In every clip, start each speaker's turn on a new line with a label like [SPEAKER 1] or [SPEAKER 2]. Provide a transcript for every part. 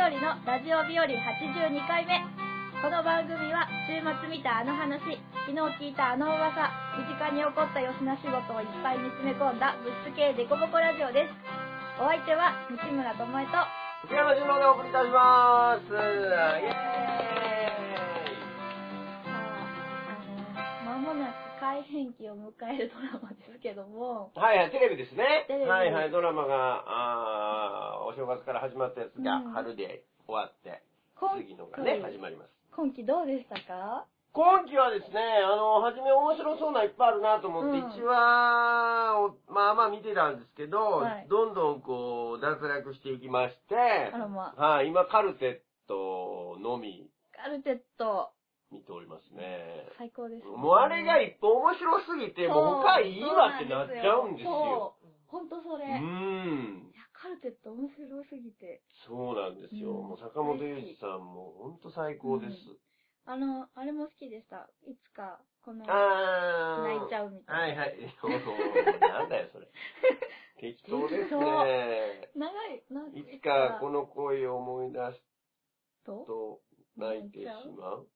[SPEAKER 1] ジオ日和82回目この番組は週末見たあの話昨日聞いたあの噂身近に起こった吉な仕事をいっぱいに詰め込んだ物質系デコボコラジオですお相手は西村智恵と
[SPEAKER 2] 平野順郎でお送りいたしますイエ
[SPEAKER 1] ああの間もなく改編期を迎えるドラマですけども
[SPEAKER 2] ーイはいはい、テレビですね
[SPEAKER 1] テレ。ビ
[SPEAKER 2] はいはい、ドラマが、あーお正月から始まったやつが
[SPEAKER 1] うん
[SPEAKER 2] 春で終わって、
[SPEAKER 1] 今
[SPEAKER 2] 次のがね、始まります。
[SPEAKER 1] 今期どうでしたか
[SPEAKER 2] 今期はですね、あの、初め面白そうないっぱいあるなと思って、
[SPEAKER 1] うん
[SPEAKER 2] 1話を、まあまあ見てたんですけど、
[SPEAKER 1] はい
[SPEAKER 2] どんどんこう、脱落していきまして、
[SPEAKER 1] あらま
[SPEAKER 2] はい、今カルテットのみ
[SPEAKER 1] カルテット
[SPEAKER 2] 見ておりますね。
[SPEAKER 1] 最高ですね
[SPEAKER 2] もうあれが一本面白すぎて、もう他いいわってなっちゃうんですよ。
[SPEAKER 1] そう本当それ、
[SPEAKER 2] う
[SPEAKER 1] いや
[SPEAKER 2] ん。
[SPEAKER 1] カルテット面白すぎて
[SPEAKER 2] そうなんですよ。
[SPEAKER 1] うん
[SPEAKER 2] もう坂本裕二さんもほんと最高です。
[SPEAKER 1] あのあれも好きでしたいつかこの
[SPEAKER 2] あ
[SPEAKER 1] 泣い
[SPEAKER 2] ー。
[SPEAKER 1] ちゃうみたいな
[SPEAKER 2] はいはい。そうそう なんだよ、それ。適当ですね。
[SPEAKER 1] 長いなん
[SPEAKER 2] いつかこの恋を思い出す
[SPEAKER 1] と
[SPEAKER 2] と泣いてしまう。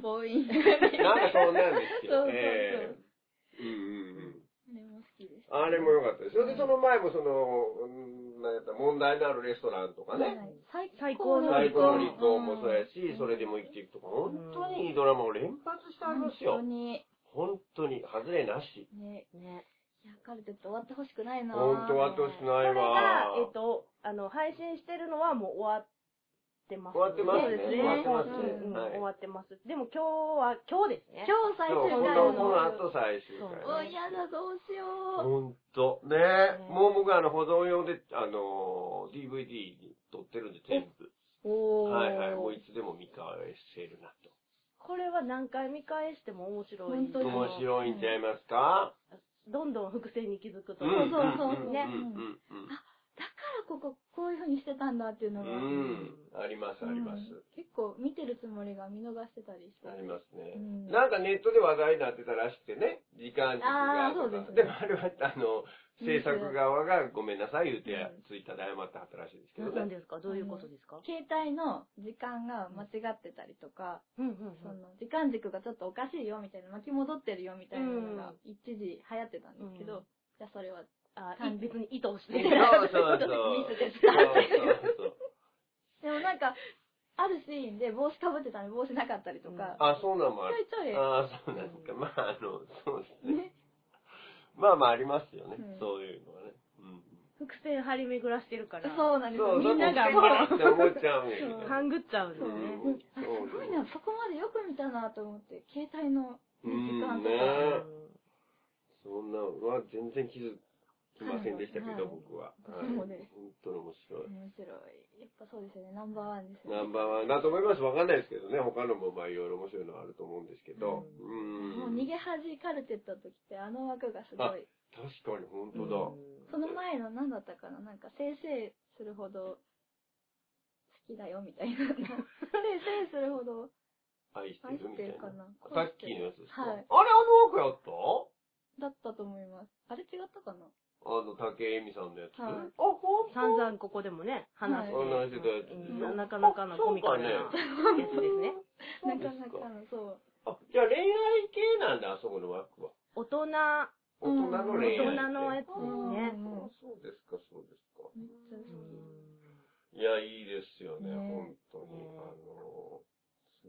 [SPEAKER 1] ボイン
[SPEAKER 2] なんかそんなんです
[SPEAKER 1] そうそうそう
[SPEAKER 2] よ。ええうんうんうん。
[SPEAKER 1] あれも好きでした
[SPEAKER 2] あれも良かったです。それでその前もその、うん、なんやったら問題のあるレストランとかね。
[SPEAKER 1] はい最
[SPEAKER 3] 最高の
[SPEAKER 2] 最
[SPEAKER 3] 離婚
[SPEAKER 2] 高の離婚もそうやし
[SPEAKER 1] う、ん
[SPEAKER 2] それでも生きていくとか、本当にいいドラマを連発してありますよ
[SPEAKER 1] 本当。に
[SPEAKER 2] 本当に、外れなし。
[SPEAKER 1] ね
[SPEAKER 3] ね。
[SPEAKER 1] いやカルテット終わってほしくないな
[SPEAKER 2] 本当はとし
[SPEAKER 3] こ
[SPEAKER 2] な
[SPEAKER 3] れ
[SPEAKER 2] い
[SPEAKER 3] が
[SPEAKER 2] わ。、
[SPEAKER 3] えっ、と、あの、配信してるのはもう終わってます、
[SPEAKER 2] 終わってます
[SPEAKER 3] そう
[SPEAKER 2] ね。
[SPEAKER 3] です
[SPEAKER 2] 終わ
[SPEAKER 3] ね。
[SPEAKER 2] ってます
[SPEAKER 3] うんうん
[SPEAKER 2] ね。はい
[SPEAKER 3] 終わってます。でも今日は、今日ですね。
[SPEAKER 1] 今日最
[SPEAKER 2] そう、
[SPEAKER 1] 終
[SPEAKER 2] こ
[SPEAKER 1] 回
[SPEAKER 2] の、
[SPEAKER 3] そう
[SPEAKER 2] この
[SPEAKER 1] の
[SPEAKER 2] 後最終
[SPEAKER 3] そう
[SPEAKER 1] お
[SPEAKER 2] 回。
[SPEAKER 1] いやだどうしよう
[SPEAKER 2] 本当ねもう僕あの、保存用で、あの、DVD に撮ってるんで、全部。
[SPEAKER 3] おー
[SPEAKER 2] はいはい。もういつでも見返せるなと。
[SPEAKER 3] これは何回見返しても面白い。
[SPEAKER 1] 本当に
[SPEAKER 2] 面白いんちゃいますか
[SPEAKER 3] どんどん伏線に気づくと。
[SPEAKER 2] ん
[SPEAKER 1] そうそうそう
[SPEAKER 2] うん
[SPEAKER 3] ね
[SPEAKER 2] うんうんうん
[SPEAKER 1] だからこここういう風にしてたんだっていうの
[SPEAKER 2] う
[SPEAKER 1] が、
[SPEAKER 2] ん、あります、あります。
[SPEAKER 1] うん結構見てるつもりが見逃してたりして
[SPEAKER 2] ありますね、
[SPEAKER 1] うん
[SPEAKER 2] なんかネットで話題になってたらしくてね、時間軸が
[SPEAKER 1] あー
[SPEAKER 2] と
[SPEAKER 1] そうで
[SPEAKER 2] か
[SPEAKER 1] すね
[SPEAKER 2] でもあれは、あの、制作側がごめんなさい言うて、ツイッターで謝ってはったらしいですけど
[SPEAKER 3] 何
[SPEAKER 2] ね。
[SPEAKER 3] ですかどういうことですか
[SPEAKER 1] 携帯の時間が間違ってたりとか、
[SPEAKER 3] うんうんうん
[SPEAKER 1] その時間軸がちょっとおかしいよみたいな巻き戻ってるよみたいなのが一時流行ってたんですけど、
[SPEAKER 3] うん
[SPEAKER 1] じゃあそれは
[SPEAKER 3] あ、い別に意図をし
[SPEAKER 2] そうそ
[SPEAKER 3] て
[SPEAKER 2] うそう。
[SPEAKER 3] ミスでし
[SPEAKER 2] そう
[SPEAKER 3] た。
[SPEAKER 2] そう そう。
[SPEAKER 1] でもなんかあるシーンで帽子かぶってたのに帽子なかったりとか、
[SPEAKER 2] あ、そうなんもあ
[SPEAKER 1] ちょ
[SPEAKER 2] る。
[SPEAKER 1] いちょい
[SPEAKER 2] ああ、そうなんですか。まあ、あの、そうですね。
[SPEAKER 1] ね
[SPEAKER 2] まあまあ、ありますよね、
[SPEAKER 1] うん
[SPEAKER 2] そういうのはね。うん
[SPEAKER 3] 伏線張り巡らしてるから。
[SPEAKER 1] そうなんです
[SPEAKER 2] そ
[SPEAKER 1] よ
[SPEAKER 2] う、
[SPEAKER 1] みんなが
[SPEAKER 2] も
[SPEAKER 1] も
[SPEAKER 2] う、って思っちゃうんやけど
[SPEAKER 3] う。勘ぐっちゃうんです
[SPEAKER 2] う
[SPEAKER 3] よね。
[SPEAKER 2] ん
[SPEAKER 1] う、あすごいなそこまでよく見たなと思って携帯の時間とか、
[SPEAKER 2] うんねそんなのは全然気づきませんでしたけ
[SPEAKER 1] はい
[SPEAKER 2] ど、僕は。はい
[SPEAKER 1] そう
[SPEAKER 2] 本
[SPEAKER 1] です
[SPEAKER 2] 当に面白い。
[SPEAKER 1] 面白いやっぱそうですよねナンバーワンですよね
[SPEAKER 2] ナンバーワンだと思います。わかんないですけどね。他のもまあいろいろ面白いのはあると思うんですけど。う。
[SPEAKER 1] もうん逃げ恥カルテットの時ってあの枠がすごい
[SPEAKER 2] 確かに本当
[SPEAKER 1] その前の何だったかななんか先生するほど好きだよみたいな先生するほど
[SPEAKER 2] だ。愛して
[SPEAKER 1] 愛
[SPEAKER 2] る
[SPEAKER 1] し
[SPEAKER 2] み
[SPEAKER 1] て
[SPEAKER 2] た
[SPEAKER 1] るか
[SPEAKER 2] いな
[SPEAKER 1] な。
[SPEAKER 2] さっきのやつですか。あ
[SPEAKER 1] は
[SPEAKER 2] れ
[SPEAKER 1] い
[SPEAKER 2] あの奥やった
[SPEAKER 1] だったと思いますあれ違ったかな
[SPEAKER 2] あの、竹恵美さんのやつ。
[SPEAKER 1] はい
[SPEAKER 2] あ、ほん
[SPEAKER 3] 散々ここでもね、話して。
[SPEAKER 1] はい
[SPEAKER 2] 話してたやつでしょ
[SPEAKER 3] うんなかなかのコミカルな
[SPEAKER 2] あ
[SPEAKER 3] や
[SPEAKER 2] そう
[SPEAKER 3] つですね。
[SPEAKER 2] そ
[SPEAKER 1] な
[SPEAKER 2] うで
[SPEAKER 1] か
[SPEAKER 2] す
[SPEAKER 1] な
[SPEAKER 2] か
[SPEAKER 1] かのそう
[SPEAKER 2] あ、じゃあ恋愛系なんだ、あそこの枠は。
[SPEAKER 3] 大人、
[SPEAKER 2] 大人の恋愛系。
[SPEAKER 3] 大人のやつで
[SPEAKER 1] うん
[SPEAKER 3] すね。
[SPEAKER 2] あそうですか、そうですか。
[SPEAKER 1] めっちゃ好き
[SPEAKER 2] いや、いいですよね、
[SPEAKER 1] ね
[SPEAKER 2] 本当に。
[SPEAKER 3] ね
[SPEAKER 2] あの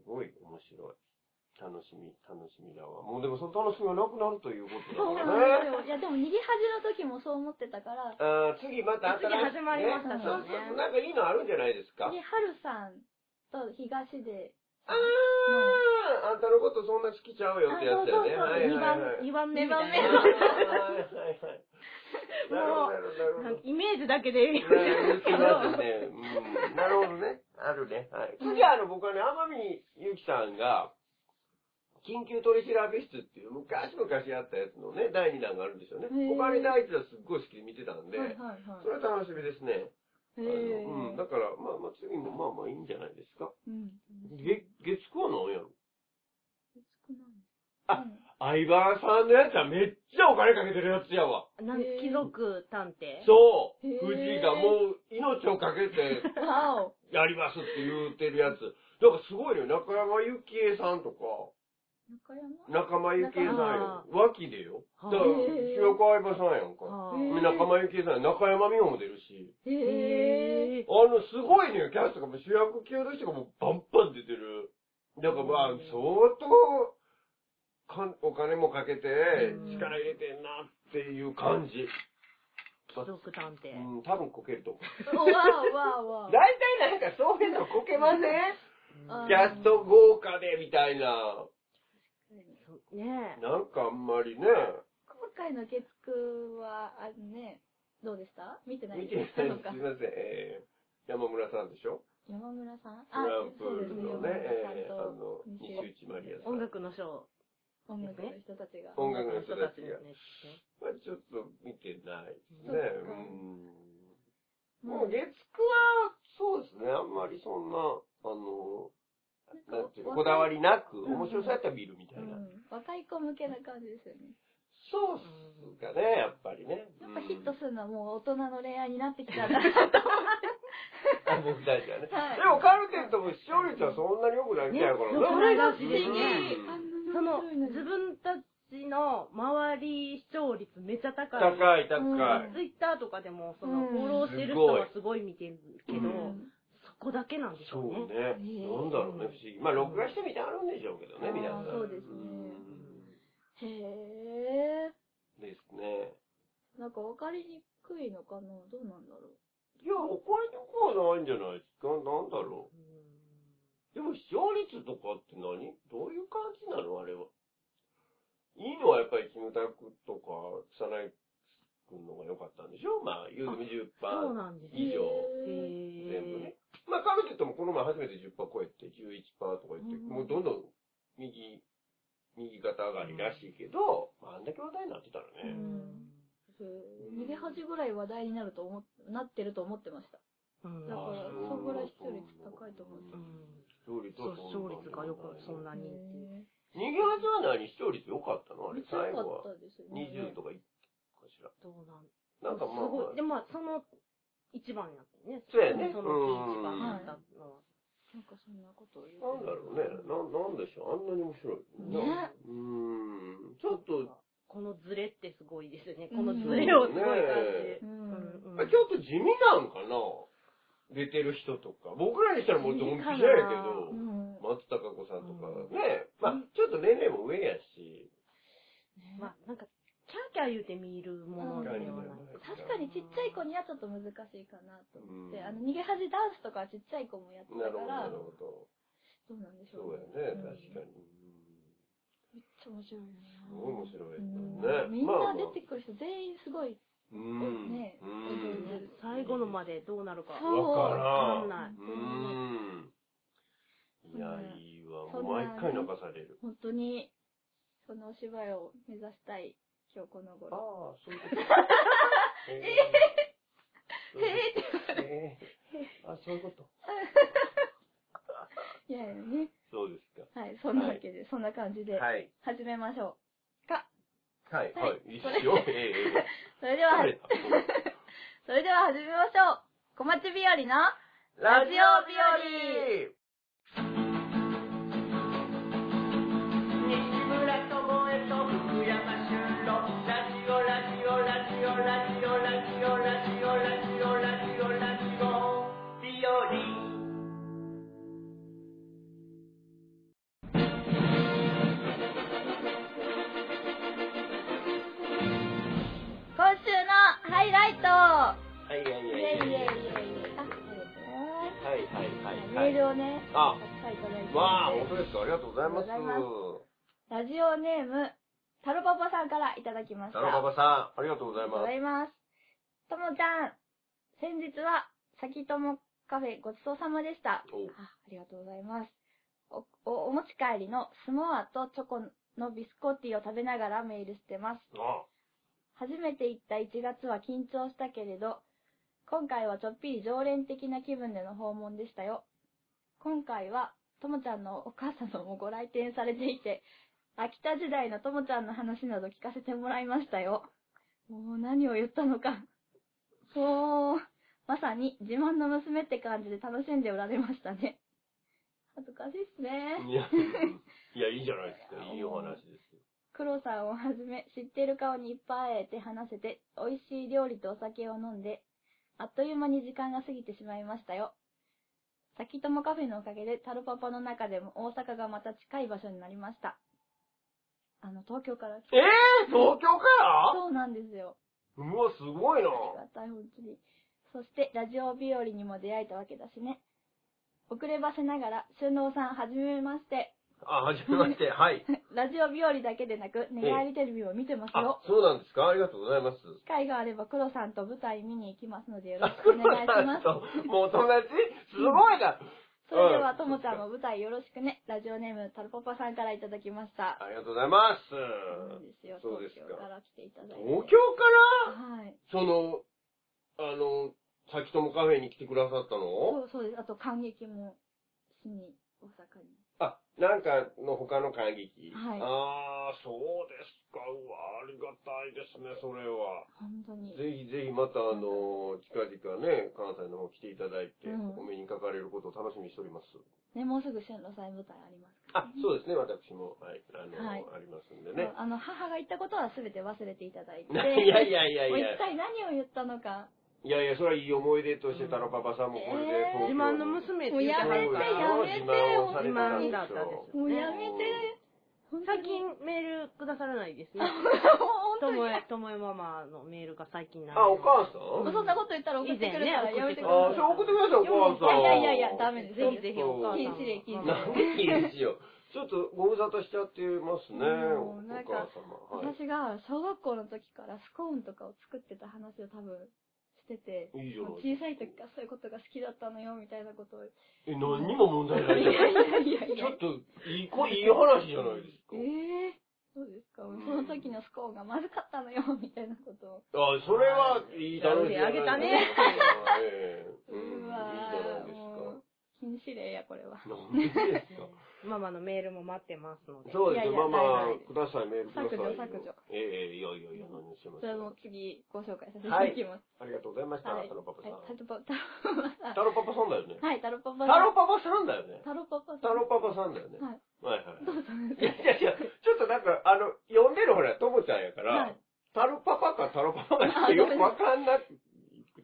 [SPEAKER 2] ー、すごい面白い。楽しみ、楽しみだわ。もうでもその楽しみがなくなるということ
[SPEAKER 1] そう
[SPEAKER 2] だ
[SPEAKER 1] な
[SPEAKER 2] から
[SPEAKER 1] んで
[SPEAKER 2] ね。
[SPEAKER 1] すよいやでも逃げ恥の時も そう思ってたから
[SPEAKER 2] あー次また新しい、ね。
[SPEAKER 3] 次始まりました
[SPEAKER 1] ね
[SPEAKER 2] そうそうそうなんかいいのあるんじゃないですか。
[SPEAKER 1] で春さんと東で
[SPEAKER 2] あー、あんたのことそんな好きちゃうよってやつだよね。
[SPEAKER 1] あそうそうそう
[SPEAKER 2] はいはい
[SPEAKER 3] 2番
[SPEAKER 2] はい。、
[SPEAKER 3] 二番目みたい
[SPEAKER 1] 二
[SPEAKER 2] はい
[SPEAKER 3] な。
[SPEAKER 2] はいはい。なるほど、なるほどな
[SPEAKER 3] な
[SPEAKER 2] る
[SPEAKER 3] ん
[SPEAKER 2] ほ
[SPEAKER 3] か
[SPEAKER 2] ど。
[SPEAKER 3] イメージだけでいい
[SPEAKER 2] なるほどね。うんなるほどね。あるね。はい。次はあの、僕はね、天海祐希さんが、緊急取調べ室っていう昔々やったやつのね、第2弾があるんですよ
[SPEAKER 1] へ
[SPEAKER 2] ね。
[SPEAKER 1] ー
[SPEAKER 2] お金第一弾すっごい好きで見てたんで、
[SPEAKER 1] はいはい
[SPEAKER 2] そ
[SPEAKER 1] は
[SPEAKER 2] れは楽しみですね。あ
[SPEAKER 1] い
[SPEAKER 2] の
[SPEAKER 1] へ
[SPEAKER 2] うん。だから、まあまあ次もまあまあいいんじゃないですか。
[SPEAKER 1] うん
[SPEAKER 2] 月、月9は何やろ
[SPEAKER 1] 少ない
[SPEAKER 2] あ相葉さんのやつはめっちゃお金かけてるやつやわ。
[SPEAKER 3] なん
[SPEAKER 1] へー
[SPEAKER 3] 貴族探偵
[SPEAKER 2] そう
[SPEAKER 1] へー。
[SPEAKER 2] 藤井がもう命をかけて
[SPEAKER 1] わお。
[SPEAKER 2] やりますって言うてるやつ。だからすごいのよ。中山由紀恵さんとか、
[SPEAKER 1] 中山
[SPEAKER 2] 仲間由紀恵さん
[SPEAKER 3] あ
[SPEAKER 2] よ。脇でよ。だから、
[SPEAKER 3] は
[SPEAKER 1] ー
[SPEAKER 2] 主役相葉さんやんか。
[SPEAKER 3] は
[SPEAKER 1] へー
[SPEAKER 2] 仲間由紀恵さん、中山美穂も出るし。
[SPEAKER 3] あ
[SPEAKER 1] へえ。
[SPEAKER 3] へー
[SPEAKER 2] あの、すごいね、キャストがもう主役級の人がもうバンバン出てる。だからまあ
[SPEAKER 3] うん、
[SPEAKER 2] 相当、かんお金もかけて
[SPEAKER 3] ん、
[SPEAKER 2] 力入れてんなっていう感じ。
[SPEAKER 3] 貴族探偵
[SPEAKER 2] うん、多分こけると思
[SPEAKER 1] お
[SPEAKER 2] う。
[SPEAKER 1] わおわおわ
[SPEAKER 2] 大体なんかそういうのこけません
[SPEAKER 1] お。
[SPEAKER 2] キャスト豪華でみたいな。
[SPEAKER 3] そうね
[SPEAKER 2] なんかあんまりね、
[SPEAKER 1] 今回の月9は、あのね、どうでした見てない
[SPEAKER 2] 見てない
[SPEAKER 1] そう
[SPEAKER 2] す
[SPEAKER 1] か
[SPEAKER 2] いません。えー、山村さんでしょ
[SPEAKER 1] 山村さん
[SPEAKER 2] トランプ
[SPEAKER 1] そうですね、
[SPEAKER 2] の
[SPEAKER 1] 山
[SPEAKER 2] ね
[SPEAKER 1] 村、さん
[SPEAKER 2] えーあの
[SPEAKER 1] と、
[SPEAKER 2] 西内まりやさん。
[SPEAKER 3] 音楽のショ
[SPEAKER 1] 音楽の人たちが
[SPEAKER 3] ー。
[SPEAKER 2] 音楽の人たちが
[SPEAKER 3] ね
[SPEAKER 2] まあ、ちょっと見てないです
[SPEAKER 1] そ
[SPEAKER 2] ね。
[SPEAKER 1] っか
[SPEAKER 2] うん。もう月9は、そうですね、あんまりそんな、あの、なんていうのこだわりなく、
[SPEAKER 1] うん
[SPEAKER 2] 面白さやったら見るみた
[SPEAKER 1] う
[SPEAKER 2] い
[SPEAKER 1] ん
[SPEAKER 2] な。
[SPEAKER 1] 若い子向けな感じですよね。
[SPEAKER 2] そうっすかね、やっぱりね。
[SPEAKER 1] やっぱヒッ
[SPEAKER 2] う
[SPEAKER 1] ト
[SPEAKER 2] ん
[SPEAKER 1] するのはもう大人の恋愛になってきたんだ。
[SPEAKER 2] あ僕たちはね。
[SPEAKER 1] はい
[SPEAKER 2] でも、カルテットも視聴率はそんなに良くないみたいだから
[SPEAKER 3] ね
[SPEAKER 2] な。
[SPEAKER 3] それが不
[SPEAKER 2] 思議うん
[SPEAKER 1] あんな
[SPEAKER 3] その
[SPEAKER 1] 面白いのに
[SPEAKER 3] 自分たちの周り視聴率めっちゃ高い
[SPEAKER 2] 高い、
[SPEAKER 1] うん
[SPEAKER 2] 高い。
[SPEAKER 3] ツイッターとかでもその
[SPEAKER 1] うん
[SPEAKER 3] フォローしてる人はすごい見てるけど、
[SPEAKER 2] う
[SPEAKER 3] そこだけなんでし
[SPEAKER 2] そ
[SPEAKER 3] ょ
[SPEAKER 2] う
[SPEAKER 3] うね
[SPEAKER 2] ね。なんだろうね、不思議。まあ、録画してみてあるんでしょうけどね、皆さ
[SPEAKER 1] あ
[SPEAKER 2] ん。
[SPEAKER 1] ーそうですねへえ。
[SPEAKER 2] うんですね。
[SPEAKER 1] なんか分かりにくいのかなどうなんだろう。
[SPEAKER 2] いや、お金とかはないんじゃないですかなんだろう。でも視聴率とかって何どういう感じなのあれは。いいのはやっぱりキムタクとか、草薙くんのが良かったんでしょまあ、言うても10%
[SPEAKER 3] そうなんです
[SPEAKER 2] 以上。
[SPEAKER 3] へ
[SPEAKER 1] へえ
[SPEAKER 2] 全部
[SPEAKER 3] ー
[SPEAKER 2] ね。まあ、カルテットもこの前初めて10%超えて、11%とか言って、
[SPEAKER 1] うん
[SPEAKER 2] もうどんどん右、右肩上がりらしいけど、まあ、あんだけ話題になってたら
[SPEAKER 3] う
[SPEAKER 2] ね。
[SPEAKER 3] ん
[SPEAKER 1] 逃げ恥ぐらい話題になると思っなってると思ってました。
[SPEAKER 3] うん
[SPEAKER 1] だから
[SPEAKER 2] あー
[SPEAKER 1] そんぐらい視聴率高いと思う
[SPEAKER 3] うん
[SPEAKER 2] 視聴率
[SPEAKER 3] そ
[SPEAKER 2] は
[SPEAKER 3] う視聴率がよくそん
[SPEAKER 2] な。
[SPEAKER 3] なにってい
[SPEAKER 1] へ
[SPEAKER 3] う
[SPEAKER 2] 逃げ味は何視聴率良かった
[SPEAKER 1] え
[SPEAKER 2] のあ
[SPEAKER 1] め
[SPEAKER 2] れ
[SPEAKER 1] っちゃ
[SPEAKER 2] 最
[SPEAKER 1] 良か
[SPEAKER 2] 後は
[SPEAKER 1] っ。たですよね。
[SPEAKER 2] 20とかいくかしら。
[SPEAKER 3] どうな
[SPEAKER 2] な
[SPEAKER 3] ん
[SPEAKER 2] んかまあ、
[SPEAKER 3] すごいでまあその一番やったね
[SPEAKER 2] そうやね
[SPEAKER 3] その日一番だったのは
[SPEAKER 1] なんかそんなことを言う。
[SPEAKER 2] なんだろうね。な、なんでしょう。あんなに面白い。
[SPEAKER 1] ね
[SPEAKER 2] うーん。ちょっと、
[SPEAKER 3] このズレってすごいですよねこのズレをすごい感じ、
[SPEAKER 1] うん
[SPEAKER 3] うんうん
[SPEAKER 2] あちょっと地味なんかな出てる人とか。僕らにしたらもっと本気じゃやけ
[SPEAKER 1] う、
[SPEAKER 2] ど
[SPEAKER 1] ん。
[SPEAKER 2] 松たか子さんとか
[SPEAKER 3] うん
[SPEAKER 2] ね。まあ、ちょっと年齢も上やし。
[SPEAKER 1] ね
[SPEAKER 3] まあなんかキャーキャー言うて見るものではない
[SPEAKER 1] 確かにちっちゃい子にはちょっと難しいかなと思って、あ
[SPEAKER 2] うん
[SPEAKER 1] の逃げ恥ダンスとかはちっちゃい子もやってた
[SPEAKER 2] なるほど、
[SPEAKER 1] から、どうな
[SPEAKER 2] なるほど。
[SPEAKER 1] んでし
[SPEAKER 2] そ
[SPEAKER 1] ょう
[SPEAKER 2] う
[SPEAKER 1] ね。
[SPEAKER 2] やね。
[SPEAKER 1] うん
[SPEAKER 2] 確かに。
[SPEAKER 1] めっちゃ面白いな。
[SPEAKER 2] すごい面白
[SPEAKER 1] うん
[SPEAKER 2] い。ね。
[SPEAKER 1] みん
[SPEAKER 2] まあ
[SPEAKER 1] な
[SPEAKER 2] まあ
[SPEAKER 1] 出てくる人全員すごい。
[SPEAKER 2] うん。
[SPEAKER 1] ね
[SPEAKER 2] うん
[SPEAKER 1] ね
[SPEAKER 3] 最後のまでどうなるか
[SPEAKER 1] そう
[SPEAKER 2] わからん
[SPEAKER 3] わかんないう
[SPEAKER 2] ーん。いや、いいわ。もう毎回泣かされる。
[SPEAKER 1] 本当に、そのお芝居を目指したい、今日この
[SPEAKER 2] ああ
[SPEAKER 1] 頃。、
[SPEAKER 2] そういう こと。ええええあ、そういうこと。
[SPEAKER 1] いやいやね。
[SPEAKER 2] そうです
[SPEAKER 1] はい、そんなわけで、そんな感じで
[SPEAKER 2] か。、はい。
[SPEAKER 1] 始めましょ
[SPEAKER 2] はい、
[SPEAKER 1] はい
[SPEAKER 2] はい。いいっすよ。ええ
[SPEAKER 1] う。それで
[SPEAKER 2] ええ
[SPEAKER 1] は、
[SPEAKER 2] え
[SPEAKER 1] それでは始めましょう。小町日和の、 ラジオ日
[SPEAKER 4] 西村智恵と福山俊郎ラジオラジオラジオラジオラジオラジオラジオラジオラジオ日和
[SPEAKER 1] 今週のハイライト
[SPEAKER 2] はい、はい、
[SPEAKER 1] イェ
[SPEAKER 2] はい。
[SPEAKER 1] イイェイイェイイェイ。あ、そうですね。
[SPEAKER 2] はい、は
[SPEAKER 1] メ
[SPEAKER 2] い、はい。
[SPEAKER 1] ールをね、
[SPEAKER 2] あ
[SPEAKER 1] たくさんいただいて
[SPEAKER 2] わあ、
[SPEAKER 1] ま
[SPEAKER 2] 本
[SPEAKER 1] す
[SPEAKER 2] 当ですか。ありがとうございます。
[SPEAKER 1] ありがとうラジオネーム、タロパパさんからいただきました。
[SPEAKER 2] タロパパさん、ありがとうご
[SPEAKER 1] あ
[SPEAKER 2] ざいま
[SPEAKER 1] りがとうございます。ともちゃん、先日は、さきともカフェごちそうさまでした。
[SPEAKER 2] お
[SPEAKER 1] あありがとうございます。お、おお持ち帰りのスモアとチョコのビスコッティを食べながらメールしてます。
[SPEAKER 2] す。あ
[SPEAKER 1] 初めて行った1月は緊張したけれど、今回はちょっぴり常連的な気分での訪問でしたよ。今回は、ともちゃんのお母様もご来店されていて、秋田時代のともちゃんの話など聞かせてもらいましたよ。もう何を言ったのか。そう、まさに自慢の娘って感じで楽しんでおられましたね。恥ずかしいっすね。
[SPEAKER 2] いや、いや、いいじゃないですか。いいお話ですよ。
[SPEAKER 1] 黒さんをはじめ、知ってる顔にいっぱい会えて話せて、美味しい料理とお酒を飲んで、あっという間に時間が過ぎてしまいましたよ。先ともカフェのおかげで、タルパパの中でも大阪がまた近い場所になりました。あの、東京から来
[SPEAKER 2] えー、東京から
[SPEAKER 1] そうなんですよ。
[SPEAKER 2] うわ、すごいな。
[SPEAKER 1] ありがたい、本当に。そして、ラジオ日和にも出会えたわけだしね。遅ればせながら、春郎さん、はじめまして。
[SPEAKER 2] あ、はじめま して。はい。
[SPEAKER 1] ラジオ日和だけでなく、寝返りテレビも見てます
[SPEAKER 2] あ
[SPEAKER 1] よ。、
[SPEAKER 2] そうなんですかありがとうございます。
[SPEAKER 1] 機会があれば、黒さんと舞台見に行きますので、よろしくお
[SPEAKER 2] 黒
[SPEAKER 1] 願い
[SPEAKER 2] さ
[SPEAKER 1] し
[SPEAKER 2] ん
[SPEAKER 1] ます。
[SPEAKER 2] と、もう友達すごいな。
[SPEAKER 1] それでは、
[SPEAKER 2] うん
[SPEAKER 1] ともちゃんも舞台よろしくね。ラジオネーム、タルポパさんからいただきました。
[SPEAKER 2] ありがとうございます。
[SPEAKER 1] そうですよ、
[SPEAKER 2] そうで
[SPEAKER 1] 東
[SPEAKER 2] す
[SPEAKER 1] 京
[SPEAKER 2] か
[SPEAKER 1] から来ていただいて。
[SPEAKER 2] 東京から
[SPEAKER 1] はい。
[SPEAKER 2] その、あの、先ともカフェに来てくださった
[SPEAKER 1] そ
[SPEAKER 2] の
[SPEAKER 1] うそうです。あと、感激もしに、大阪に。
[SPEAKER 2] あ、なんかの他の感激。
[SPEAKER 1] はい
[SPEAKER 2] ああ、そうですか。うわ、ありがたいですね、それは。
[SPEAKER 1] 本当に。
[SPEAKER 2] ぜひぜひまた、あの、近々ね、関西の方来ていただいて、
[SPEAKER 1] うん
[SPEAKER 2] お目にかかれることを楽しみにしております。
[SPEAKER 1] ね、もうすぐ春郎さん舞台あります。
[SPEAKER 2] あ、そうですね、私も、はい、あの、
[SPEAKER 1] はい
[SPEAKER 2] ありますんでね。
[SPEAKER 1] あの、母が言ったことは全て忘れていただいて。
[SPEAKER 2] いやいやいやい
[SPEAKER 1] もう
[SPEAKER 2] や
[SPEAKER 1] 一。体何を言ったのか。
[SPEAKER 2] いやいや、それはいい思い出として、タロパパさんもこ
[SPEAKER 1] えー
[SPEAKER 2] れで東京に、
[SPEAKER 3] 自慢の娘って言ってた
[SPEAKER 1] もうやめてやめて
[SPEAKER 2] そう
[SPEAKER 3] 自慢だっ
[SPEAKER 2] 自慢をされ
[SPEAKER 3] た
[SPEAKER 2] てたんで
[SPEAKER 3] ですす
[SPEAKER 1] も
[SPEAKER 3] よ
[SPEAKER 1] う
[SPEAKER 3] ね
[SPEAKER 1] やめて。本当
[SPEAKER 3] 最
[SPEAKER 1] に
[SPEAKER 3] 近メールくださらないです ね。
[SPEAKER 1] 本
[SPEAKER 3] と
[SPEAKER 1] 当に
[SPEAKER 3] もえ、ともえママのメールが最近ない。
[SPEAKER 2] あ、お母さ
[SPEAKER 1] も
[SPEAKER 2] ん
[SPEAKER 1] うそんなこと言ったら送ってくるから
[SPEAKER 3] 以前ね
[SPEAKER 1] やめてくださ
[SPEAKER 2] あー、それ送ってください、お母さん。
[SPEAKER 1] い。いやいやいや、ダメです。
[SPEAKER 3] ぜひぜひお母さん。
[SPEAKER 1] 禁止令禁止令
[SPEAKER 2] なんで禁止よ。ちょっとご無沙汰しちゃってますね、
[SPEAKER 1] も
[SPEAKER 2] お
[SPEAKER 1] う
[SPEAKER 2] 母
[SPEAKER 1] なんか
[SPEAKER 2] 様。はい。
[SPEAKER 1] 私が小学校の時からスコーンとかを作ってた話を多分してて、
[SPEAKER 2] いいじゃない
[SPEAKER 1] もう小さい時からそういうことが好きだったのよみたいなことを。 い
[SPEAKER 2] え、何にも問題な
[SPEAKER 1] や
[SPEAKER 2] い
[SPEAKER 1] い
[SPEAKER 2] じゃ
[SPEAKER 1] や
[SPEAKER 2] ない
[SPEAKER 1] いやい
[SPEAKER 2] ち
[SPEAKER 1] や
[SPEAKER 2] ょ。っと、いい子、いい話じゃないですか
[SPEAKER 1] え。えそうですか。もうその時のスコーンがまずかったのよみたいなことを。
[SPEAKER 2] あ、それはいい楽しみ。
[SPEAKER 3] やってあげたね
[SPEAKER 1] うわ
[SPEAKER 2] ええ。うん、いいじゃない
[SPEAKER 1] ー
[SPEAKER 2] です
[SPEAKER 1] もう禁止令やこれは。
[SPEAKER 2] か。なん でですか
[SPEAKER 3] ママのメールも待ってますので。
[SPEAKER 2] そうです
[SPEAKER 1] いや
[SPEAKER 2] ね、
[SPEAKER 1] いや
[SPEAKER 2] ママ
[SPEAKER 1] ないない、
[SPEAKER 2] ください、メールください。
[SPEAKER 1] 削除削除。
[SPEAKER 2] ええ、いやいやいや、何をしてま
[SPEAKER 1] そ
[SPEAKER 2] す
[SPEAKER 1] れ
[SPEAKER 2] か
[SPEAKER 1] も次ご紹介させていただきます。
[SPEAKER 2] ありがとうございました、
[SPEAKER 1] はい。
[SPEAKER 2] タロパパさ
[SPEAKER 1] はいタ
[SPEAKER 2] ん。
[SPEAKER 1] ロパパ
[SPEAKER 2] タロパパさんだよね
[SPEAKER 1] さ。ん。はい、タロパパ
[SPEAKER 2] タ
[SPEAKER 1] さん。
[SPEAKER 2] ロパパさんだよね。
[SPEAKER 1] タロパパさん。
[SPEAKER 2] タロパパさんだよね。
[SPEAKER 1] はい。
[SPEAKER 2] はいはい。
[SPEAKER 1] どうぞ。
[SPEAKER 2] いやいやいや、ちょっとなんか、あの、呼んでるほら、ともちゃんやか
[SPEAKER 1] は
[SPEAKER 2] ら
[SPEAKER 1] い、
[SPEAKER 2] タロパパかタロパパかってよくわかんなくて。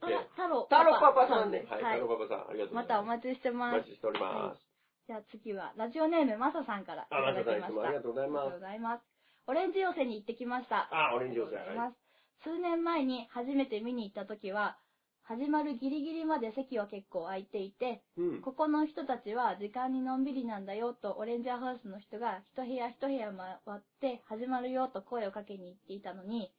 [SPEAKER 1] あタロ。
[SPEAKER 2] タロパパさんね。
[SPEAKER 1] は
[SPEAKER 2] は、
[SPEAKER 1] いい。
[SPEAKER 2] タロパパさん、ありがとうございます。
[SPEAKER 1] またお待ちして
[SPEAKER 2] お
[SPEAKER 1] ます
[SPEAKER 2] 待。ちしております。
[SPEAKER 1] じゃあ次は、ラジオネームマサさんからい
[SPEAKER 2] あ、
[SPEAKER 1] た
[SPEAKER 2] マ
[SPEAKER 1] だ
[SPEAKER 2] サ
[SPEAKER 1] き
[SPEAKER 2] さ
[SPEAKER 1] ま
[SPEAKER 2] んいつ
[SPEAKER 1] し
[SPEAKER 2] も
[SPEAKER 1] た。
[SPEAKER 2] ありがとうござい
[SPEAKER 1] あ
[SPEAKER 2] ま
[SPEAKER 1] りがとう
[SPEAKER 2] す
[SPEAKER 1] ご。ざいます。オレンジ寄せに行ってきました。
[SPEAKER 2] あ、オレンジ寄せ。
[SPEAKER 1] ありがとうございま
[SPEAKER 2] はい。
[SPEAKER 1] す。数年前に初めて見に行った時は、始まるギリギリまで席は結構空いていて、
[SPEAKER 2] うん。
[SPEAKER 1] ここの人たちは時間にのんびりなんだよとオレンジャーハウスの人が一部屋一部屋回って始まるよと声をかけに行っていたのに、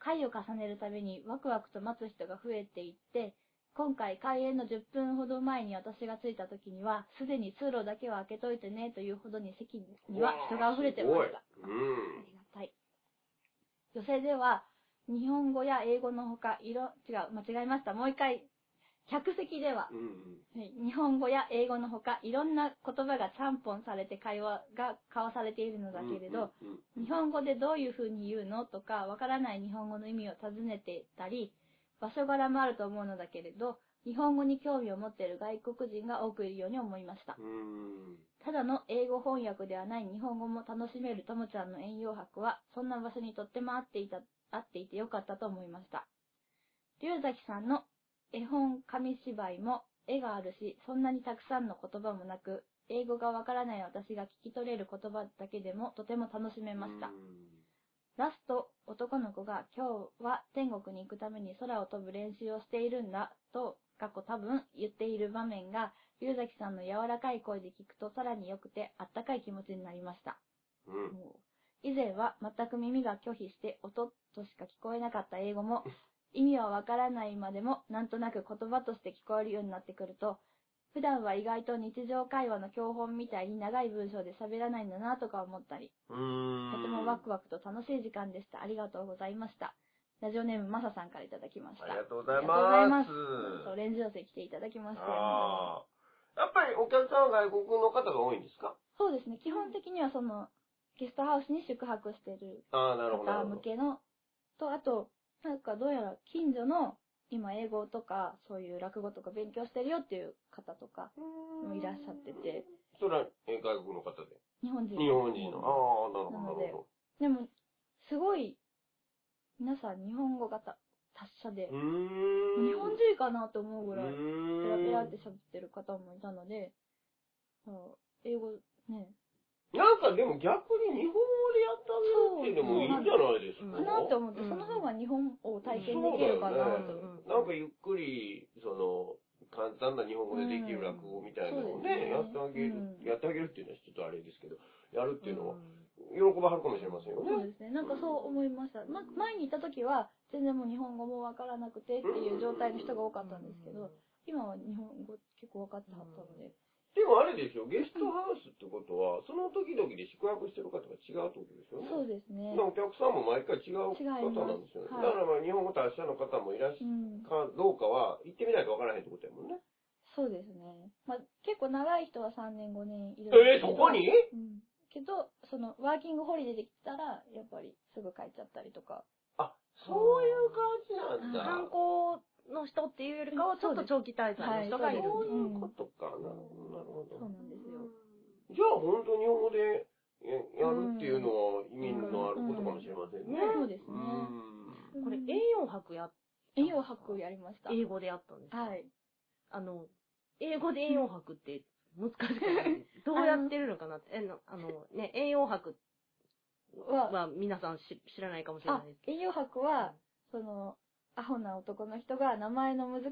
[SPEAKER 1] 回を重ねるたびにワクワクと待つ人が増えていって、今回開演の10分ほど前に私が着いた時には、すでに通路だけは開けといてねというほどに席には人が溢れてました。
[SPEAKER 2] すごいう
[SPEAKER 1] あ
[SPEAKER 2] ん。
[SPEAKER 1] りがたい。女性では、日本語や英語のほか、色、違う、間違えました。もう一回。客席では
[SPEAKER 2] う、ん
[SPEAKER 1] はい日本語や英語のほか、いろんな言葉がちゃんぽんされて会話が交わされているの
[SPEAKER 2] うん。
[SPEAKER 1] だけれど、
[SPEAKER 2] うん、
[SPEAKER 1] 日本語でどういう風に言うのとか、わからない日本語の意味を尋ねてたり、場所柄もあると思うのだけれど、日本語に興味を持っている外国人が多くいるように思いました。
[SPEAKER 2] うん。うん
[SPEAKER 1] ただの英語翻訳ではない日本語も楽しめるともちゃんの遠洋博は、そんな場所にとっても合っていた、合っていてよかったと思いました。龍崎さんの絵本紙芝居も絵があるし、そんなにたくさんの言葉もなく、英語がわからない私が聞き取れる言葉だけでもとても楽しめました
[SPEAKER 2] う。ん
[SPEAKER 1] ラスト、男の子が今日は天国に行くために空を飛ぶ練習をしているんだと、過去多分言っている場面が、龍崎さんの柔らかい声で聞くとさらに良くてあったかい気持ちになりました。
[SPEAKER 2] うん。
[SPEAKER 1] もう以前は全く耳が拒否して音としか聞こえなかった英語 も、意味はわからないまでもなんとなく言葉として聞こえるようになってくると、普段は意外と日常会話の教本みたいに長い文章で喋らないんだなとか思ったり、
[SPEAKER 2] うん。
[SPEAKER 1] とてもワクワクと楽しい時間でした。ありがとうございました。ラジオネームまささんからいただきました。
[SPEAKER 2] ありがとうござい
[SPEAKER 1] あり
[SPEAKER 2] ま
[SPEAKER 1] が
[SPEAKER 2] す
[SPEAKER 1] とうございます。オレンジ寄せ来ていただきました。
[SPEAKER 2] ああ。やっぱりお客さんは外国の方が多いんですか
[SPEAKER 1] そうですね。基本的にはその、ゲストハウスに宿泊してる
[SPEAKER 2] ああ、なるほど。な
[SPEAKER 1] 方
[SPEAKER 2] るほ
[SPEAKER 1] 向
[SPEAKER 2] ど
[SPEAKER 1] けの、と、あと、なんかどうやら近所の、今英語とか、そういう落語とか勉強してるよっていう方とかもいらっしゃってて、
[SPEAKER 2] それは、え外国の方で。
[SPEAKER 1] 日本人。
[SPEAKER 2] 日本人の。ああ、なるほど、
[SPEAKER 1] な
[SPEAKER 2] な
[SPEAKER 1] ので
[SPEAKER 2] るほ
[SPEAKER 1] でも、すごい、皆さん日本語がた達者で
[SPEAKER 2] ど。う、ーん。
[SPEAKER 1] 日本人かなと思うぐらい、ペラペラっ
[SPEAKER 2] う
[SPEAKER 1] て喋ってる方もいたので、そう英語ね、
[SPEAKER 2] ーん。なんかでも逆に日本語でやってあげるっていうのもいいんじゃないです
[SPEAKER 3] そう
[SPEAKER 2] か。
[SPEAKER 1] かなって思って、
[SPEAKER 3] うん
[SPEAKER 1] その方が日本を体験できるかなと。
[SPEAKER 2] そうだよねなんかゆっくり、その、簡単な日本語でできる落語みたいなのをね、や
[SPEAKER 1] うん
[SPEAKER 2] ってあげる
[SPEAKER 1] うん、
[SPEAKER 2] やってあげるっていうのはちょっとあれですけど、やるっていうのは
[SPEAKER 3] ん、
[SPEAKER 2] 喜ばはるかもしれませんよ
[SPEAKER 1] そうで
[SPEAKER 2] ね。
[SPEAKER 1] すね。なんかそう思いました。ま、前に行った時は、全然もう日本語もわからなくてっていう状態の人が多かったんですけど、今は日本語結構わかってはったので、
[SPEAKER 2] でもあれでしょ、ゲストハウスってことは、その時々で宿泊してる方が違うってことですよね。
[SPEAKER 1] そうですね。
[SPEAKER 2] お客さんも毎回違う方なんですよね。
[SPEAKER 1] 違いますはい
[SPEAKER 2] だからまあ日本語達者の方もいらっし
[SPEAKER 1] うん。
[SPEAKER 2] ゃるかどうかは行ってみないとわからへんってことやもんね。
[SPEAKER 1] そうですね。まあ、結構長い人は3年5年いるんです
[SPEAKER 2] え
[SPEAKER 1] け
[SPEAKER 2] ー、
[SPEAKER 1] ど
[SPEAKER 2] そこ
[SPEAKER 1] う
[SPEAKER 2] に
[SPEAKER 1] ん。けど、その、ワーキングホリデーできたら、やっぱりすぐ帰っちゃったりとか。
[SPEAKER 2] あ、そういう感じなんだ。
[SPEAKER 3] 観光の人っていうよりかは、ちょっと長期滞在の人がい
[SPEAKER 1] は
[SPEAKER 3] る。
[SPEAKER 1] い
[SPEAKER 2] そう
[SPEAKER 1] そう
[SPEAKER 2] いうことかな。なるほ
[SPEAKER 1] そうな
[SPEAKER 2] ど。
[SPEAKER 1] んですよ。
[SPEAKER 2] じゃあ本当に日本語でややるっていうのは意味のあることかもしれませんね。
[SPEAKER 1] そうです
[SPEAKER 2] う
[SPEAKER 1] ね。
[SPEAKER 2] ん。
[SPEAKER 3] これ
[SPEAKER 1] うん、
[SPEAKER 3] A4 泊や、
[SPEAKER 1] 栄養博やりました。
[SPEAKER 3] 英語でやったんです。
[SPEAKER 1] はい。
[SPEAKER 3] あの、英語で栄養博って難しくないどうやってるのかなって、えのあのね、栄養博
[SPEAKER 1] は
[SPEAKER 3] は皆さんし知らないかもしれな
[SPEAKER 1] あ
[SPEAKER 3] いです、け
[SPEAKER 1] 栄養博は、その、アホな男の人が名前の難しい、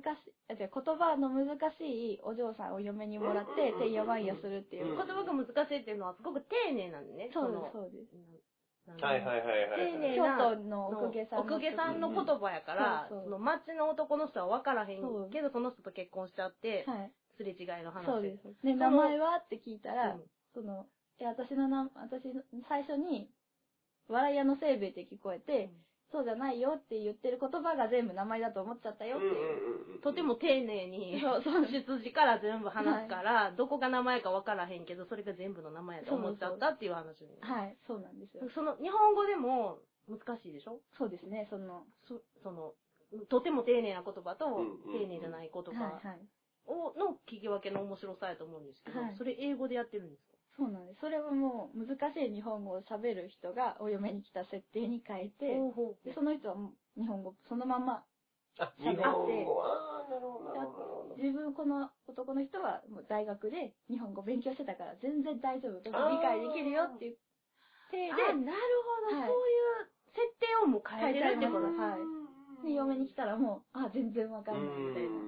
[SPEAKER 1] あ、違う、言葉の難しいお嬢さんを嫁にもらって、てんやわんやするってい
[SPEAKER 2] うん
[SPEAKER 1] う。
[SPEAKER 3] ど。言葉が難しいっていうのはすごく丁寧なんでね、
[SPEAKER 1] そうで
[SPEAKER 3] の
[SPEAKER 1] す、そうです。
[SPEAKER 3] な
[SPEAKER 2] はいはいはいはい。
[SPEAKER 3] 丁寧
[SPEAKER 1] 京
[SPEAKER 3] な
[SPEAKER 1] 都の
[SPEAKER 3] お
[SPEAKER 1] お
[SPEAKER 3] 公
[SPEAKER 1] 公家
[SPEAKER 3] 家さ
[SPEAKER 1] さ
[SPEAKER 3] ん
[SPEAKER 1] ん
[SPEAKER 3] の
[SPEAKER 1] の。
[SPEAKER 3] 言葉やから、
[SPEAKER 1] そうそう
[SPEAKER 3] その町の男の人は分からへん
[SPEAKER 1] そう
[SPEAKER 3] けど、その人と結婚しちゃって、
[SPEAKER 1] はい。
[SPEAKER 3] すれ違いの話。
[SPEAKER 1] そうです。で、
[SPEAKER 3] の
[SPEAKER 1] 名前はって聞いた
[SPEAKER 3] うん
[SPEAKER 1] ら、その、え、私の名、私の、最初に、笑い屋のせいべいって聞こえて、そうじゃないよって言ってる言葉が全部名前だと思っちゃったよっていう。
[SPEAKER 2] うんうんうんうん
[SPEAKER 3] とても丁寧に、
[SPEAKER 1] そう、そうです。
[SPEAKER 3] 出自から全部話すから、どこが名前か分からへんけど、それが全部の名前やと思っちゃったっていう話になる
[SPEAKER 1] はい、そうなんですよ。
[SPEAKER 3] その、日本語でも難しいでしょ
[SPEAKER 1] そうですね、その、
[SPEAKER 3] そその、とても丁寧な言葉と、
[SPEAKER 2] うんうん
[SPEAKER 3] 丁寧じゃない言
[SPEAKER 1] はい、
[SPEAKER 3] 葉
[SPEAKER 1] はい。
[SPEAKER 3] を、の聞き分けの面白さやと思うんですけど、
[SPEAKER 1] はい
[SPEAKER 3] それ英語でやってるんですか
[SPEAKER 1] そうなんです。それはもう難しい日本語を喋る人がお嫁に来た設定に変えて、
[SPEAKER 3] ほうほう
[SPEAKER 1] でその人はもう日本語そのまま、
[SPEAKER 2] あ、日本語は、あーなるほど、なるほどなるほど。
[SPEAKER 1] 自分この男の人はもう大学で日本語勉強してたから全然大丈夫、理
[SPEAKER 2] あー
[SPEAKER 1] 解できるよっていう体で
[SPEAKER 3] あ、なるほど、
[SPEAKER 1] はい
[SPEAKER 3] そういう設定をもう変えてるってこと
[SPEAKER 1] 変えちゃいますはい
[SPEAKER 2] い
[SPEAKER 1] で嫁に来たらもう、あ、全然わかんないみたいな。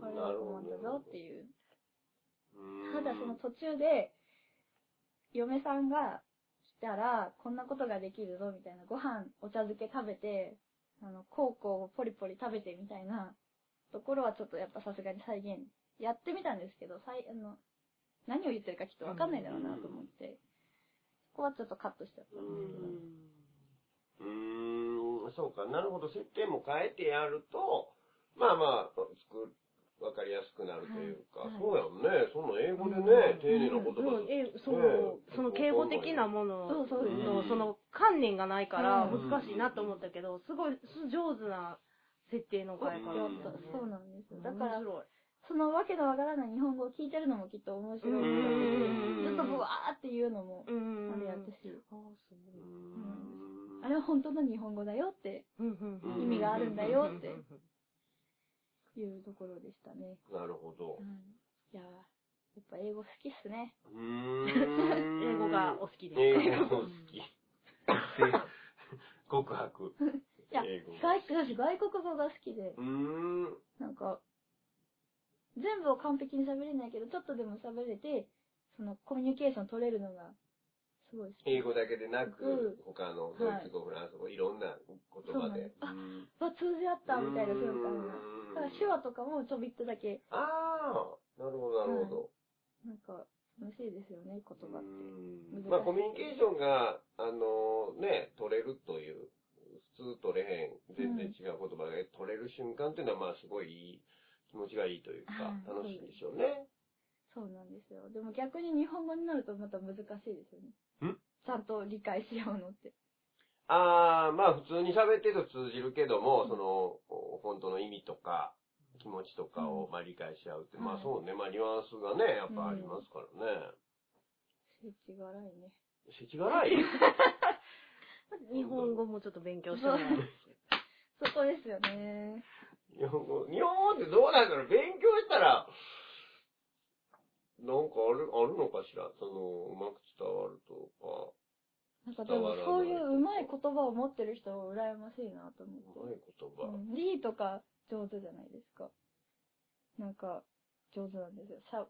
[SPEAKER 1] これ
[SPEAKER 2] な
[SPEAKER 1] は
[SPEAKER 2] る
[SPEAKER 1] 困
[SPEAKER 2] ほ
[SPEAKER 1] った
[SPEAKER 2] ど
[SPEAKER 1] ぞっていう。
[SPEAKER 2] うん
[SPEAKER 1] ただその途中で、嫁さんが来たら、こんなことができるぞみたいな、ご飯、お茶漬け食べて、あの、コーコーをポリポリ食べてみたいなところはちょっとやっぱさすがに再現、やってみたんですけど、さいあの、何を言ってるかきっとわかんないだろうなと思って、そこはちょっとカットしちゃったんですけど。
[SPEAKER 2] うーん、そうか、なるほど、設定も変えてやると、まあまあ、つく、わかりやすくなるというか、
[SPEAKER 1] はい
[SPEAKER 2] そうやんね、その英語で
[SPEAKER 3] う
[SPEAKER 2] ね
[SPEAKER 3] ん、
[SPEAKER 2] 丁寧な言葉
[SPEAKER 3] うん
[SPEAKER 2] で、
[SPEAKER 3] えそう、
[SPEAKER 2] ね
[SPEAKER 3] その敬語的なも
[SPEAKER 1] そ
[SPEAKER 3] の
[SPEAKER 1] うそうです
[SPEAKER 3] の、その観念がないから
[SPEAKER 1] うん
[SPEAKER 3] 難しいなと思ったけど、すごい上手な設定の変え方だ
[SPEAKER 2] うん
[SPEAKER 3] ったよね。
[SPEAKER 1] そうなんですよ。だから
[SPEAKER 3] 面、白い
[SPEAKER 1] そのわけのわからない日本語を聞いてるのもきっと面白い
[SPEAKER 3] うんうん
[SPEAKER 1] し、
[SPEAKER 3] う
[SPEAKER 1] ずっ
[SPEAKER 3] ん
[SPEAKER 1] とブワーっていうのも、
[SPEAKER 3] うん。
[SPEAKER 1] あれやった
[SPEAKER 3] あ
[SPEAKER 1] し、
[SPEAKER 3] ーす
[SPEAKER 2] う
[SPEAKER 3] ごい
[SPEAKER 2] ん
[SPEAKER 1] あれは本当の日本語だよって
[SPEAKER 3] うんうん
[SPEAKER 1] 意味があるんだよって
[SPEAKER 3] うんうん
[SPEAKER 1] いうところでしたね。
[SPEAKER 2] なるほど
[SPEAKER 1] う。ん、いやーやっぱ英語好きっすね。
[SPEAKER 2] うー
[SPEAKER 3] うん
[SPEAKER 2] ん
[SPEAKER 3] 英語がお好きですか。
[SPEAKER 2] 英語好き。 告白。
[SPEAKER 1] いや
[SPEAKER 2] 英語が
[SPEAKER 1] 外私外国語が好きで、
[SPEAKER 2] うーん。
[SPEAKER 1] なんか、全部を完璧に喋れないけど、ちょっとでも喋れて、そのコミュニケーション取れるのが、すごい好き。
[SPEAKER 2] 英語だけでなく、
[SPEAKER 1] うん
[SPEAKER 2] 他のドイツ語、フランス語、いろんな言葉で。
[SPEAKER 1] そうな
[SPEAKER 2] うん
[SPEAKER 1] わ、通じ合ったみたいな瞬間が。
[SPEAKER 2] うん
[SPEAKER 1] だから手話とかもちょびっとだけ、
[SPEAKER 2] ああ、なるほど、なるほど。
[SPEAKER 1] なんか、楽しいですよね、言葉って。
[SPEAKER 2] うん
[SPEAKER 1] 難しい
[SPEAKER 2] まあ、コミュニケーションが、あのね、取れるという、普通取れへん、全然違う言葉が取れる瞬間っていうのは、まあ、すごいいい、気持ちがいいというか
[SPEAKER 1] はい、
[SPEAKER 2] 楽しいでしょうね。
[SPEAKER 1] そうなんですよ。でも逆に日本語になるとまた難しいですよね。
[SPEAKER 2] ん
[SPEAKER 1] ちゃんと理解し合うのって。
[SPEAKER 2] あー、まあ普通に喋ってると通じるけども、その、本当の意味とか、気持ちとかを、まあ理解し合うって、まあそうね、まあニュアンスがね、やっぱありますからね。
[SPEAKER 1] 世知辛いね。
[SPEAKER 2] せちがらい
[SPEAKER 3] 日本語もちょっと勉強してもらって。
[SPEAKER 1] そこですよね。
[SPEAKER 2] 日本語、日本語ってどうなんだろう勉強したら、なんかある、あるのかしらその、うまく伝わるとか。
[SPEAKER 1] なんかでもそういううまい言葉を持ってる人は羨ましいなと思って。
[SPEAKER 2] うまい言葉。
[SPEAKER 1] うんリーとか上手じゃないですか。なんか、上手なんですよ。しゃ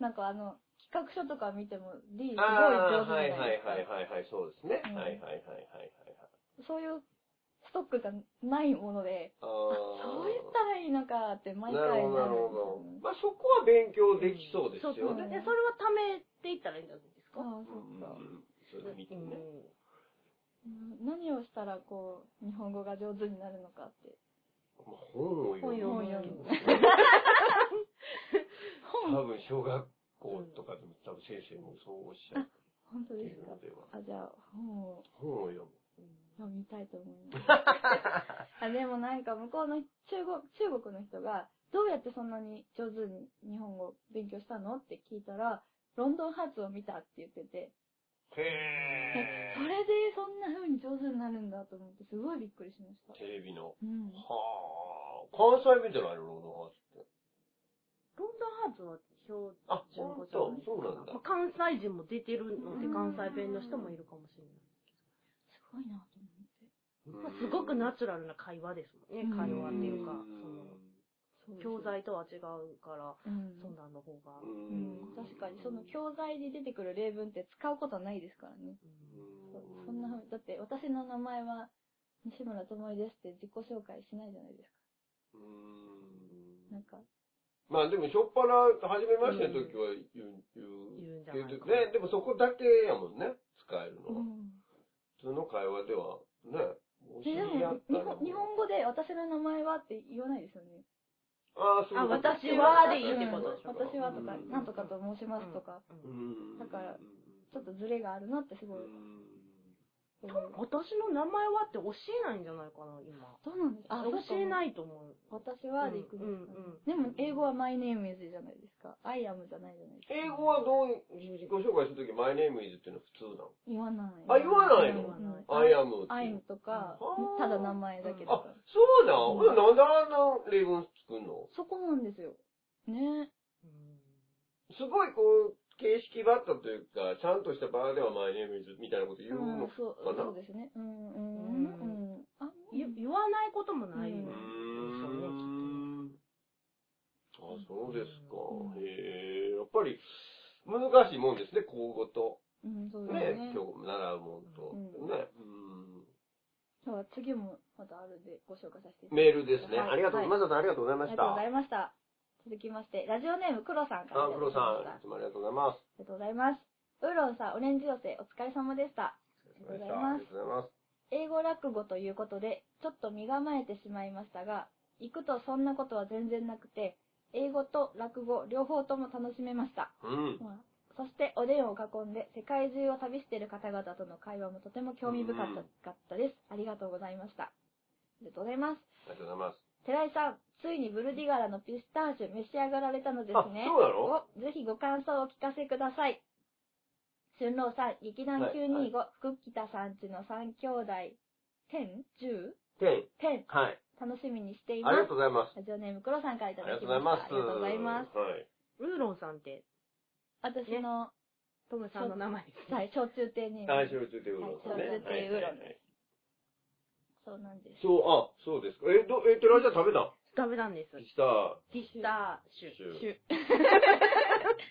[SPEAKER 1] なんかあの、企画書とか見てもリーすごい上
[SPEAKER 2] ああ、
[SPEAKER 1] 手
[SPEAKER 2] はい
[SPEAKER 1] じゃ
[SPEAKER 2] は
[SPEAKER 1] ない
[SPEAKER 2] い
[SPEAKER 1] ですか。
[SPEAKER 2] はいはいはい、そうですね。
[SPEAKER 1] うん
[SPEAKER 2] はいはいはいはいはい。
[SPEAKER 1] そういうストックがないもので、
[SPEAKER 2] あ
[SPEAKER 1] あ
[SPEAKER 2] ー
[SPEAKER 1] そう言ったらいいのかって毎回
[SPEAKER 2] なるほど、なる
[SPEAKER 1] ん
[SPEAKER 2] ほ
[SPEAKER 1] ですよ
[SPEAKER 2] ど
[SPEAKER 1] ね。
[SPEAKER 2] まあ、そこは勉強できそうです
[SPEAKER 3] そ
[SPEAKER 2] よ
[SPEAKER 3] うそう。で、
[SPEAKER 2] ね。
[SPEAKER 3] それはためていったらいいんじゃないですか。
[SPEAKER 1] ああ、
[SPEAKER 2] うん
[SPEAKER 1] そっか
[SPEAKER 2] う、んそれ見てね。
[SPEAKER 1] うん何をしたらこう、日本語が上手になるのかって。
[SPEAKER 2] まあ、本を読む。
[SPEAKER 1] 本を読む
[SPEAKER 2] 多分、小学校とかでも多分先生もそうおっしゃっ
[SPEAKER 1] 本当
[SPEAKER 2] てい
[SPEAKER 1] です
[SPEAKER 2] る
[SPEAKER 1] か
[SPEAKER 2] のでは。
[SPEAKER 1] あ、じゃあ、本を
[SPEAKER 2] 本を読む。
[SPEAKER 1] 読みたいと思い ます。あでもなんか向こうの中国、中国の人が、どうやってそんなに上手に日本語を勉強したのって聞いたら、ロンドンハーツを見たって言ってて、
[SPEAKER 2] へ
[SPEAKER 1] えそ
[SPEAKER 2] え。
[SPEAKER 1] れでそんな風に上手になるんだと思って、すごいびっくりしました。
[SPEAKER 2] テレビの。
[SPEAKER 1] うん。
[SPEAKER 2] はあ。関西弁じゃないのロードハーツって。
[SPEAKER 3] ロンドンハーツは標
[SPEAKER 2] あ、
[SPEAKER 3] 準語
[SPEAKER 2] 本
[SPEAKER 3] じゃ
[SPEAKER 2] 当
[SPEAKER 3] ないです
[SPEAKER 2] そ
[SPEAKER 3] か
[SPEAKER 2] うなんだ
[SPEAKER 3] まあ。関西人も出てるので、
[SPEAKER 1] うん
[SPEAKER 3] 関西弁の人もいるかもしれない。
[SPEAKER 1] すごいなと思って。
[SPEAKER 3] まあ、すごくナ
[SPEAKER 2] っ
[SPEAKER 3] チュラルな会話ですもんね、
[SPEAKER 1] うん
[SPEAKER 3] 会話っていうか、
[SPEAKER 1] そ
[SPEAKER 3] そうの、教材とは違うから、
[SPEAKER 1] うん。
[SPEAKER 3] そんなの方が。
[SPEAKER 2] う
[SPEAKER 1] うんん。確かに、その教材で出てくる例文って使うことはないですからね。そうそんな風に、だって私の名前は西村智恵ですって自己紹介しないじゃないです
[SPEAKER 2] うん
[SPEAKER 1] か。なんか、
[SPEAKER 2] まあでも、しょっぱな、初めましての時は言う、言う。
[SPEAKER 3] 言うんじゃないかな。
[SPEAKER 2] ね、でもそこだけやもんね、使える
[SPEAKER 1] う
[SPEAKER 2] のは。
[SPEAKER 1] ん。
[SPEAKER 2] 普通の会話では、ね、お知
[SPEAKER 1] え、
[SPEAKER 2] り
[SPEAKER 1] でも、
[SPEAKER 2] 合っ
[SPEAKER 1] 日
[SPEAKER 2] た
[SPEAKER 1] 本日本語で私の名前はって言わないですよね。
[SPEAKER 2] ああ、そういうこと
[SPEAKER 3] あ私はで言うって
[SPEAKER 1] う
[SPEAKER 3] こ
[SPEAKER 1] ん
[SPEAKER 3] とでしょ
[SPEAKER 1] 私はとか、なんとかと申しますとか、
[SPEAKER 3] う
[SPEAKER 2] う
[SPEAKER 3] ん
[SPEAKER 2] ん
[SPEAKER 1] だから
[SPEAKER 2] うん
[SPEAKER 1] ちょっとズレがあるなってすごい
[SPEAKER 2] うん
[SPEAKER 1] 思います。
[SPEAKER 3] 私の名前はって教えないんじゃないかな、今。
[SPEAKER 1] どうなんですか。
[SPEAKER 3] 教えないいと思う。
[SPEAKER 1] 私はでいくんですかねでも、英語は my name is じゃないですか。I am じゃないじゃないですか。
[SPEAKER 2] 英語はどう、自己紹介するとき、my name is っていうのは普通なの
[SPEAKER 1] 言わない。
[SPEAKER 2] あ言わない
[SPEAKER 3] の
[SPEAKER 1] うん
[SPEAKER 2] アイアムって
[SPEAKER 1] I
[SPEAKER 2] いう
[SPEAKER 1] am とか
[SPEAKER 2] う、ん
[SPEAKER 1] ただ名前だけと
[SPEAKER 2] あ
[SPEAKER 1] か。、
[SPEAKER 2] そうなん、ほななんであんな例文作んの
[SPEAKER 1] そこなんですよ。ね
[SPEAKER 2] すごいこう、形式ばったというか、ちゃんとした場では my name is みたいなこと言う
[SPEAKER 1] う
[SPEAKER 2] の
[SPEAKER 1] ん、そう、
[SPEAKER 2] かな
[SPEAKER 1] そうですね。うん、うん、うん。あ、
[SPEAKER 3] 言言わないこともないよ
[SPEAKER 1] う
[SPEAKER 2] う
[SPEAKER 1] ー
[SPEAKER 3] ね。
[SPEAKER 2] んあ、そうですか
[SPEAKER 1] う。ん
[SPEAKER 2] へえ、やっぱり難しいもんですね、口語と。
[SPEAKER 1] うん、そうですね、。
[SPEAKER 2] ね今日習うもんと。
[SPEAKER 1] うん
[SPEAKER 2] ね。
[SPEAKER 1] では次もまたあるでご紹介させてい
[SPEAKER 2] う
[SPEAKER 1] ただき
[SPEAKER 2] んメールですね。
[SPEAKER 1] はい
[SPEAKER 2] ありがとう、
[SPEAKER 1] はい
[SPEAKER 2] まずありがとうござい
[SPEAKER 1] ま。
[SPEAKER 2] ま
[SPEAKER 1] あり
[SPEAKER 2] すした。
[SPEAKER 1] がとうござ
[SPEAKER 2] あ、
[SPEAKER 1] いました。続きまして、ラジオネーム黒さんからいただきまし
[SPEAKER 2] 黒
[SPEAKER 1] た。
[SPEAKER 2] さん、
[SPEAKER 1] あ
[SPEAKER 2] いつもありがとうございます。
[SPEAKER 1] りがとうございます。ウーロンさん、オレンジ寄せ、お疲れ様でした。りがとうございます
[SPEAKER 2] ありがとうございます。
[SPEAKER 1] 英語落語ということで、ちょっと身構えてしまいましたが、行くとそんなことは全然なくて、英語と落語両方とも楽しめました。
[SPEAKER 2] うん。
[SPEAKER 1] そしておでんを囲んで世界中を旅している方々との会話もとても興味深かったです。ありがとうございました。ありがとうございます。
[SPEAKER 2] ありがとうございます。
[SPEAKER 1] 寺井さん、ついにブルディガラのピスターシュ召し上がられたので
[SPEAKER 2] あ、
[SPEAKER 1] すね。
[SPEAKER 2] そうな
[SPEAKER 1] を
[SPEAKER 2] の
[SPEAKER 1] ぜひご感想をお聞かせください。春郎さん、劇団925、福北さんちの3兄弟、天 ?10?
[SPEAKER 2] 天。
[SPEAKER 1] 天、
[SPEAKER 2] はい。
[SPEAKER 1] 楽しみにしてい
[SPEAKER 2] あ
[SPEAKER 1] ま
[SPEAKER 2] り
[SPEAKER 1] す
[SPEAKER 2] が。とうございます。
[SPEAKER 1] ラジオネーム黒さんからいた
[SPEAKER 2] ありが
[SPEAKER 1] だき
[SPEAKER 2] とうご
[SPEAKER 1] ま
[SPEAKER 2] ざい
[SPEAKER 1] した。あ
[SPEAKER 2] ます。
[SPEAKER 1] りがとうございます。
[SPEAKER 2] はい。
[SPEAKER 3] ウーロンさんって、
[SPEAKER 1] 私の、
[SPEAKER 3] トムさんの名前ですね。
[SPEAKER 1] はい、小中低年。
[SPEAKER 2] 大正中帝ウーロンさんね。
[SPEAKER 1] はい小中帝ウーロン
[SPEAKER 2] はいはいはい
[SPEAKER 1] そうなんです。
[SPEAKER 2] そう、あ、そうですか。え、ど、え、寺井ちゃん食べた
[SPEAKER 3] ダメなんです。
[SPEAKER 2] ピスター
[SPEAKER 3] ピスターシュ。
[SPEAKER 2] シュ。
[SPEAKER 1] シ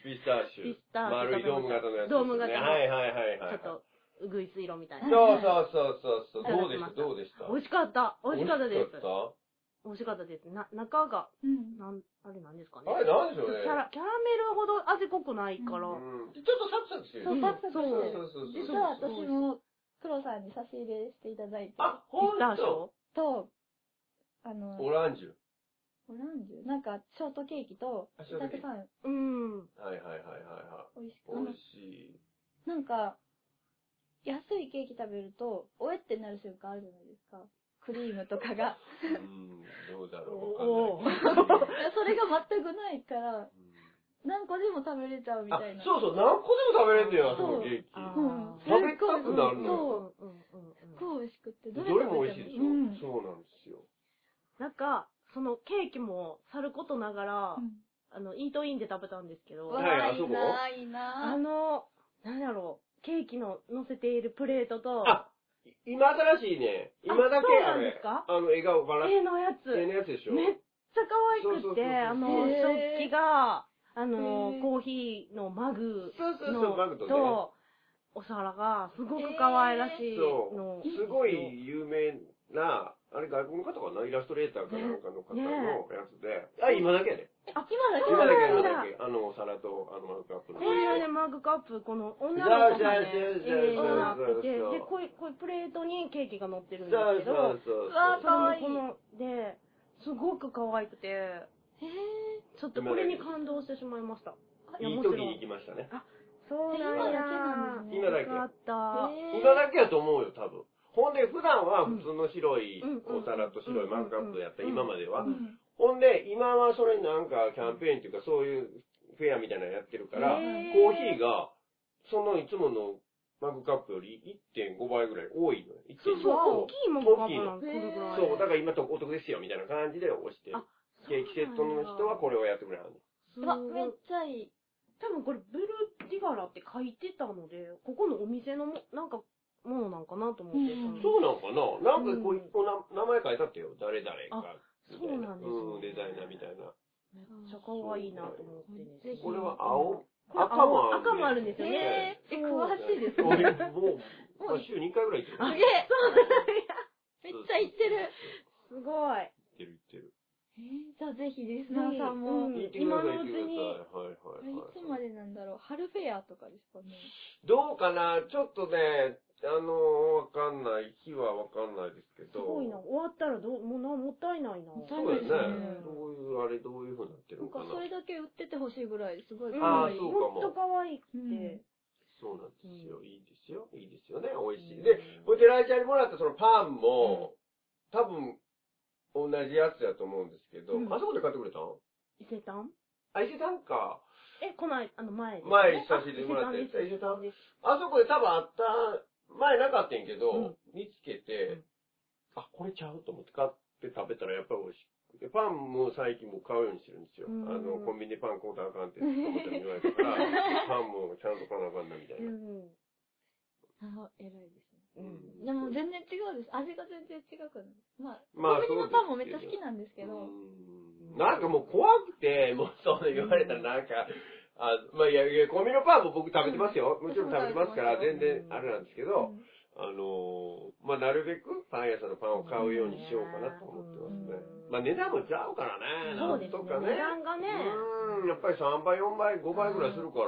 [SPEAKER 2] ピスターシュ。
[SPEAKER 3] ピスターシ
[SPEAKER 2] 丸
[SPEAKER 3] ュ
[SPEAKER 2] いドーム型のやつですね。
[SPEAKER 3] ドーム型の
[SPEAKER 2] はいはいはい
[SPEAKER 3] ち
[SPEAKER 2] は
[SPEAKER 3] ょ
[SPEAKER 2] い。
[SPEAKER 3] っと、うぐいすいろみたいな。
[SPEAKER 2] そうそうそうそうそう。
[SPEAKER 3] いた
[SPEAKER 2] どう
[SPEAKER 3] だき
[SPEAKER 2] でした
[SPEAKER 3] ました
[SPEAKER 2] どうでした
[SPEAKER 3] 美味しかった。美味しかったです
[SPEAKER 2] 美味。しかっ
[SPEAKER 3] 美味しかったです。な、中が、
[SPEAKER 1] ュ。うん。
[SPEAKER 3] なん、あれなんですかね。
[SPEAKER 2] たあれ、なんでし
[SPEAKER 3] キ
[SPEAKER 2] ょうね。
[SPEAKER 3] ャラ、キャラメルほど味濃くないから。
[SPEAKER 2] うんちょっとサクサクしてる。
[SPEAKER 1] そう、サクサク
[SPEAKER 2] そう
[SPEAKER 1] して
[SPEAKER 2] そう
[SPEAKER 1] る。
[SPEAKER 2] そうそ
[SPEAKER 1] 実は私
[SPEAKER 2] う。
[SPEAKER 1] も、黒さんに差し入れしていただいて、
[SPEAKER 2] あ、
[SPEAKER 3] ピ
[SPEAKER 2] ほん
[SPEAKER 3] スターシュ
[SPEAKER 1] と、
[SPEAKER 2] と
[SPEAKER 3] を
[SPEAKER 1] あの、
[SPEAKER 2] オランジュ。
[SPEAKER 1] オランジュなんか、ショートケーキと、
[SPEAKER 2] あショ
[SPEAKER 1] た
[SPEAKER 2] ートケ
[SPEAKER 1] く
[SPEAKER 2] ーキ
[SPEAKER 1] さん、
[SPEAKER 3] うん。
[SPEAKER 2] はいはいはいはいは
[SPEAKER 1] 美味しく、あ
[SPEAKER 2] い。美
[SPEAKER 1] の
[SPEAKER 2] 味しい。
[SPEAKER 1] なんか、安いケーキ食べると、おえってなる瞬間あるじゃないですか。クリームとか が。
[SPEAKER 2] うん、どうだろう、
[SPEAKER 3] おお
[SPEAKER 2] わかんない
[SPEAKER 1] いやそれが全くないから、
[SPEAKER 2] うん
[SPEAKER 1] 何個でも食べれちゃうみ
[SPEAKER 2] あ
[SPEAKER 1] たいな。
[SPEAKER 2] そうそう、何個でも食べれんだよ、あそこケーキ。
[SPEAKER 3] あ
[SPEAKER 1] うん。
[SPEAKER 2] 食べたくなるの
[SPEAKER 1] そう。
[SPEAKER 3] うんうんうん
[SPEAKER 1] すっごい美味しくって。
[SPEAKER 2] ど
[SPEAKER 1] どれ
[SPEAKER 2] れも美味しいでしょ。
[SPEAKER 1] うん。
[SPEAKER 2] そうなんですよ。
[SPEAKER 3] なんか、そのケーキもさることながら、
[SPEAKER 1] うん
[SPEAKER 3] あの、イートインで食べたんですけど、
[SPEAKER 1] わ
[SPEAKER 2] はい
[SPEAKER 1] あ、
[SPEAKER 2] あ
[SPEAKER 1] い
[SPEAKER 2] そ
[SPEAKER 1] い
[SPEAKER 2] こ
[SPEAKER 1] なあいいなぁ。
[SPEAKER 3] あの、なんだろう、ケーキの乗せているプレートと、
[SPEAKER 2] あ、今新しいね。今だけ
[SPEAKER 3] そう
[SPEAKER 2] あ
[SPEAKER 3] なんで
[SPEAKER 2] れ
[SPEAKER 3] す。か
[SPEAKER 2] あの、笑顔バラ
[SPEAKER 3] 絵のやつ、
[SPEAKER 2] 絵の
[SPEAKER 3] めっ
[SPEAKER 2] やつでしょ。
[SPEAKER 3] ちゃ可愛く
[SPEAKER 2] そうそうそうそ
[SPEAKER 3] て、
[SPEAKER 2] う
[SPEAKER 3] あの、
[SPEAKER 1] へー
[SPEAKER 3] 食器が、あ
[SPEAKER 1] へ
[SPEAKER 3] の
[SPEAKER 1] ー、
[SPEAKER 3] コーヒーのマグ
[SPEAKER 2] そうそうそう、マグ
[SPEAKER 3] の、
[SPEAKER 2] とね。
[SPEAKER 3] お皿が、すごく可愛らしいの
[SPEAKER 2] そう。。すごい有名な、あれ外国の方かなイラストレーターかなんかの方の
[SPEAKER 3] ね
[SPEAKER 2] やつで。あ、今だけやね。
[SPEAKER 1] あ、今だけ
[SPEAKER 2] 今だけ、
[SPEAKER 3] な
[SPEAKER 2] 今
[SPEAKER 3] ん
[SPEAKER 2] だ
[SPEAKER 3] だ
[SPEAKER 2] け。あの、お皿と、あの、マグカップの。
[SPEAKER 3] これね、マグカップ、この女の子がね、
[SPEAKER 2] そうそうそうそう
[SPEAKER 3] 絵
[SPEAKER 2] そうそ
[SPEAKER 3] になってて、で
[SPEAKER 2] う、
[SPEAKER 3] こういう、こういうプレートにケーキが乗ってる
[SPEAKER 2] そう
[SPEAKER 3] んです
[SPEAKER 2] そ
[SPEAKER 3] けど、
[SPEAKER 2] うそ
[SPEAKER 1] う
[SPEAKER 2] う。
[SPEAKER 1] わ
[SPEAKER 3] そ
[SPEAKER 1] かわ
[SPEAKER 3] の
[SPEAKER 1] いい
[SPEAKER 3] この、で、すごく可愛くて、
[SPEAKER 1] へぇ
[SPEAKER 3] ちょっとこれに感動してしまいました。
[SPEAKER 2] いい時に行きましたね。
[SPEAKER 3] そうなん
[SPEAKER 1] え
[SPEAKER 3] や。
[SPEAKER 2] 今だけ
[SPEAKER 3] よかった。
[SPEAKER 1] ー。
[SPEAKER 2] 今だけやと思うよ、多分。ほんで、普段は普通の白い
[SPEAKER 3] うん
[SPEAKER 2] お皿と白いマグカップやった、
[SPEAKER 3] うん
[SPEAKER 2] 今までは
[SPEAKER 1] う。ん
[SPEAKER 2] ほんで、今はそれなんかキャンペーンっていうかそういうフェアみたいなのやってるから、
[SPEAKER 3] へ
[SPEAKER 2] コーヒーが、そのいつものマグカップより1.5倍ぐらい多いのよ。
[SPEAKER 3] そ
[SPEAKER 2] 1.5
[SPEAKER 3] うそう、大きいもんかもなん
[SPEAKER 1] 大きいの
[SPEAKER 3] これぐらい。
[SPEAKER 2] そう、だから今とお得ですよ、みたいな感じで押してる
[SPEAKER 3] あ。
[SPEAKER 2] ケーキセットの人はこれをやってくれはんね
[SPEAKER 3] す
[SPEAKER 1] うわ、
[SPEAKER 3] ご
[SPEAKER 1] め
[SPEAKER 3] い
[SPEAKER 1] っちゃいい。
[SPEAKER 3] 多分これ、ブルーディガラって書いてたので、ここのお店のも、なんか、ものなんかなと思って。
[SPEAKER 1] うん
[SPEAKER 2] そうなんかななんかこ
[SPEAKER 3] う
[SPEAKER 2] うん一個な名前書いてあったよ。誰々か。みたい
[SPEAKER 3] そうなんですよ
[SPEAKER 2] うん、デザイナーみたいな。
[SPEAKER 3] めっちゃ可愛いなと思ってね。
[SPEAKER 1] ぜひ
[SPEAKER 2] これは青
[SPEAKER 3] これ
[SPEAKER 2] 赤もある。
[SPEAKER 3] 赤もあるんですよね。
[SPEAKER 1] えぇえ、詳しいですね。
[SPEAKER 2] 俺、もう、まあ週2回ぐらい行ってる。
[SPEAKER 1] すげえめっちゃ行ってる。
[SPEAKER 3] すごい。
[SPEAKER 2] 行ってる行ってる。
[SPEAKER 1] えー、じゃあぜひリスナーさん
[SPEAKER 3] う
[SPEAKER 1] も。
[SPEAKER 3] ん
[SPEAKER 1] い
[SPEAKER 2] 行ってください、行ってください。
[SPEAKER 1] つま
[SPEAKER 2] はいはいはい。
[SPEAKER 1] でなんだろう。春フェアとかですかね。
[SPEAKER 2] どうかなちょっとね、あのー、わかんない。日はわかんないですけ
[SPEAKER 3] す
[SPEAKER 2] ど。
[SPEAKER 3] ごいな。終わったらどう、もうな、もったいないな。
[SPEAKER 1] もったい
[SPEAKER 2] そうですね
[SPEAKER 1] ないですね。
[SPEAKER 2] どういう、あれどういう風になってる
[SPEAKER 1] な
[SPEAKER 2] の
[SPEAKER 1] ん
[SPEAKER 2] か
[SPEAKER 1] か
[SPEAKER 2] な
[SPEAKER 1] それだけ売っててほしいぐらい、すごい可
[SPEAKER 2] ああ
[SPEAKER 1] 愛い。
[SPEAKER 2] そうかも
[SPEAKER 3] ほんと可愛くて。
[SPEAKER 1] ん
[SPEAKER 2] そうなんですよ。
[SPEAKER 3] う
[SPEAKER 2] いいですよ。いいですよね。美味しい。
[SPEAKER 3] うん
[SPEAKER 2] で、これライちゃんにもらったそのパンも、多分、同じやつだと思うんですけど、
[SPEAKER 3] うん
[SPEAKER 2] あそこで買ってくれたん
[SPEAKER 3] 伊勢丹
[SPEAKER 2] あ、伊勢丹か。
[SPEAKER 3] え、こない、あの前ですね
[SPEAKER 2] 前にさせてもらったやつ
[SPEAKER 3] あ伊勢丹です。
[SPEAKER 2] あそこで多分あった、前なかったんやけど、見つけ
[SPEAKER 3] う
[SPEAKER 2] て
[SPEAKER 3] ん、
[SPEAKER 2] あ、これちゃうと思って買って食べたらやっぱり美味しくて。パンも最近もう買うようにしてるんですよ。
[SPEAKER 3] うん
[SPEAKER 2] あの、コンビニでパン買うたらあかんって思ったら言われ たから、パンもちゃんと買わなあかんなみたい
[SPEAKER 3] うん
[SPEAKER 1] あ、
[SPEAKER 2] な。
[SPEAKER 1] 偉いですね。
[SPEAKER 3] うん。
[SPEAKER 1] でも全然違うです。味が全然違くない。まあ、
[SPEAKER 2] まあ
[SPEAKER 1] コンビニの
[SPEAKER 2] そうですけど
[SPEAKER 1] パンもめっちゃ好きなんですけど、
[SPEAKER 2] うんなんかもう怖くて、もうそう言われたらなんか、あまあいやいや、コンビニのパンも僕食べてますよ。もちろん食べてますから、
[SPEAKER 1] そう
[SPEAKER 3] そう
[SPEAKER 2] 全然あれなんですけど、
[SPEAKER 1] うん
[SPEAKER 2] あのーまあなるべくパン屋さんのパンを買うようにしようかなと思ってますね。
[SPEAKER 3] うん
[SPEAKER 2] まあ値段もちゃうからね、
[SPEAKER 3] そう
[SPEAKER 2] な
[SPEAKER 3] で
[SPEAKER 2] ん
[SPEAKER 3] すね
[SPEAKER 2] とか。ね。
[SPEAKER 3] 値段がね。
[SPEAKER 2] うん、やっぱり3倍、4倍、5倍ぐらいするから、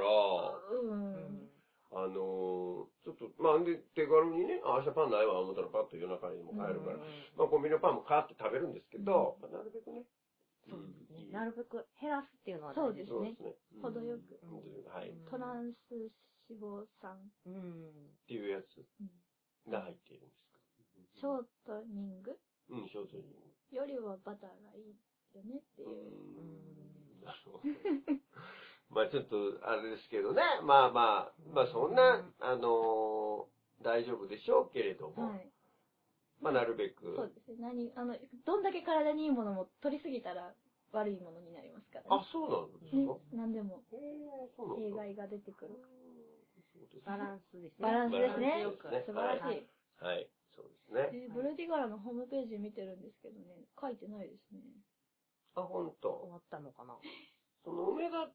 [SPEAKER 1] うん
[SPEAKER 2] あのーちょっと、まあで、手軽にね、あ、明日パンないわ、思ったらパッと夜中にも
[SPEAKER 3] うん
[SPEAKER 2] 買えるから、まあコンビニのパンも買って食べるんですけど、まあなるべくね。
[SPEAKER 3] そうです
[SPEAKER 2] う
[SPEAKER 3] ね。
[SPEAKER 2] ん
[SPEAKER 3] なるべく減らすっていうのは
[SPEAKER 1] そう
[SPEAKER 3] 大事
[SPEAKER 1] です
[SPEAKER 2] そうで
[SPEAKER 1] ね
[SPEAKER 2] すね。うん
[SPEAKER 1] 程よく
[SPEAKER 2] 程よくはい。っ
[SPEAKER 1] トランス脂肪酸、
[SPEAKER 3] うん。
[SPEAKER 2] ていうやつ
[SPEAKER 1] うん
[SPEAKER 2] が入っているんです
[SPEAKER 1] ショートニング
[SPEAKER 2] うん、ショートに。
[SPEAKER 1] よりはバターがいいよねっていうう。
[SPEAKER 2] ん。なるほど。 まあちょっと、あれですけどね。まあまあ、まあそんな、あのー大丈夫でしょうけれど
[SPEAKER 1] は
[SPEAKER 2] も、
[SPEAKER 1] い。
[SPEAKER 2] まあなるべ
[SPEAKER 1] そう
[SPEAKER 2] く。
[SPEAKER 1] ですね。何、あの、どんだけ体にいいものも取りすぎたら悪いものになりますからね。
[SPEAKER 2] あ、そうなんですか、
[SPEAKER 1] ね、何でも
[SPEAKER 2] へえ、そうなん
[SPEAKER 1] 弊
[SPEAKER 2] です
[SPEAKER 1] 害が
[SPEAKER 2] か。
[SPEAKER 1] 出てくる。
[SPEAKER 2] そうですね
[SPEAKER 3] バランスですね。
[SPEAKER 1] バランスですね
[SPEAKER 3] バ
[SPEAKER 1] 素晴らし。
[SPEAKER 2] ね
[SPEAKER 3] ランスよくは
[SPEAKER 2] は
[SPEAKER 3] い
[SPEAKER 2] い、そうです
[SPEAKER 1] え
[SPEAKER 2] ね。
[SPEAKER 1] ーブルーディガラのホームページ見てるんですけどね、書いてないですね。
[SPEAKER 2] あ、ほん
[SPEAKER 3] 終
[SPEAKER 2] と。
[SPEAKER 3] わったのかな
[SPEAKER 2] その梅田の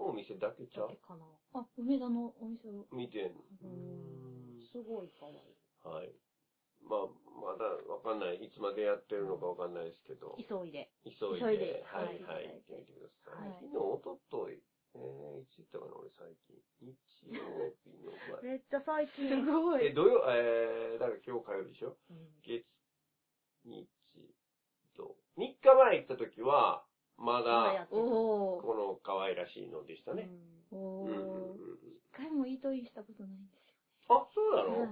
[SPEAKER 2] お店だけちゃ
[SPEAKER 3] だ
[SPEAKER 2] う
[SPEAKER 3] けかな
[SPEAKER 1] あ、梅田のお店を。
[SPEAKER 2] 見てん。
[SPEAKER 3] うん。すごい可
[SPEAKER 2] は
[SPEAKER 3] 愛い。
[SPEAKER 2] い。まあ、まだわかんない。いつまでやってるのかわかんないですけど、
[SPEAKER 3] 急いで。
[SPEAKER 2] 急い
[SPEAKER 1] 急いで
[SPEAKER 2] で、はい
[SPEAKER 1] はい、
[SPEAKER 2] はい、
[SPEAKER 1] 行
[SPEAKER 2] 行
[SPEAKER 1] って
[SPEAKER 2] っみてくだ
[SPEAKER 1] は
[SPEAKER 2] さい。
[SPEAKER 1] い
[SPEAKER 2] 昨日、おととい、えー、いつ行ったかな、俺最近。日曜日の前。
[SPEAKER 3] めっちゃ最近。
[SPEAKER 1] すご
[SPEAKER 2] え、。土曜、えー、だから今日火曜日でしょ月、日、土。3日前行った時は、ま
[SPEAKER 3] まだ
[SPEAKER 2] だ
[SPEAKER 3] やっ、
[SPEAKER 1] おー。
[SPEAKER 2] この可愛らしいのでしたね。
[SPEAKER 1] おー
[SPEAKER 2] うんうんうん。
[SPEAKER 1] 一回もイートインしたことないんです
[SPEAKER 2] あ、そうなの、
[SPEAKER 1] はい
[SPEAKER 2] うー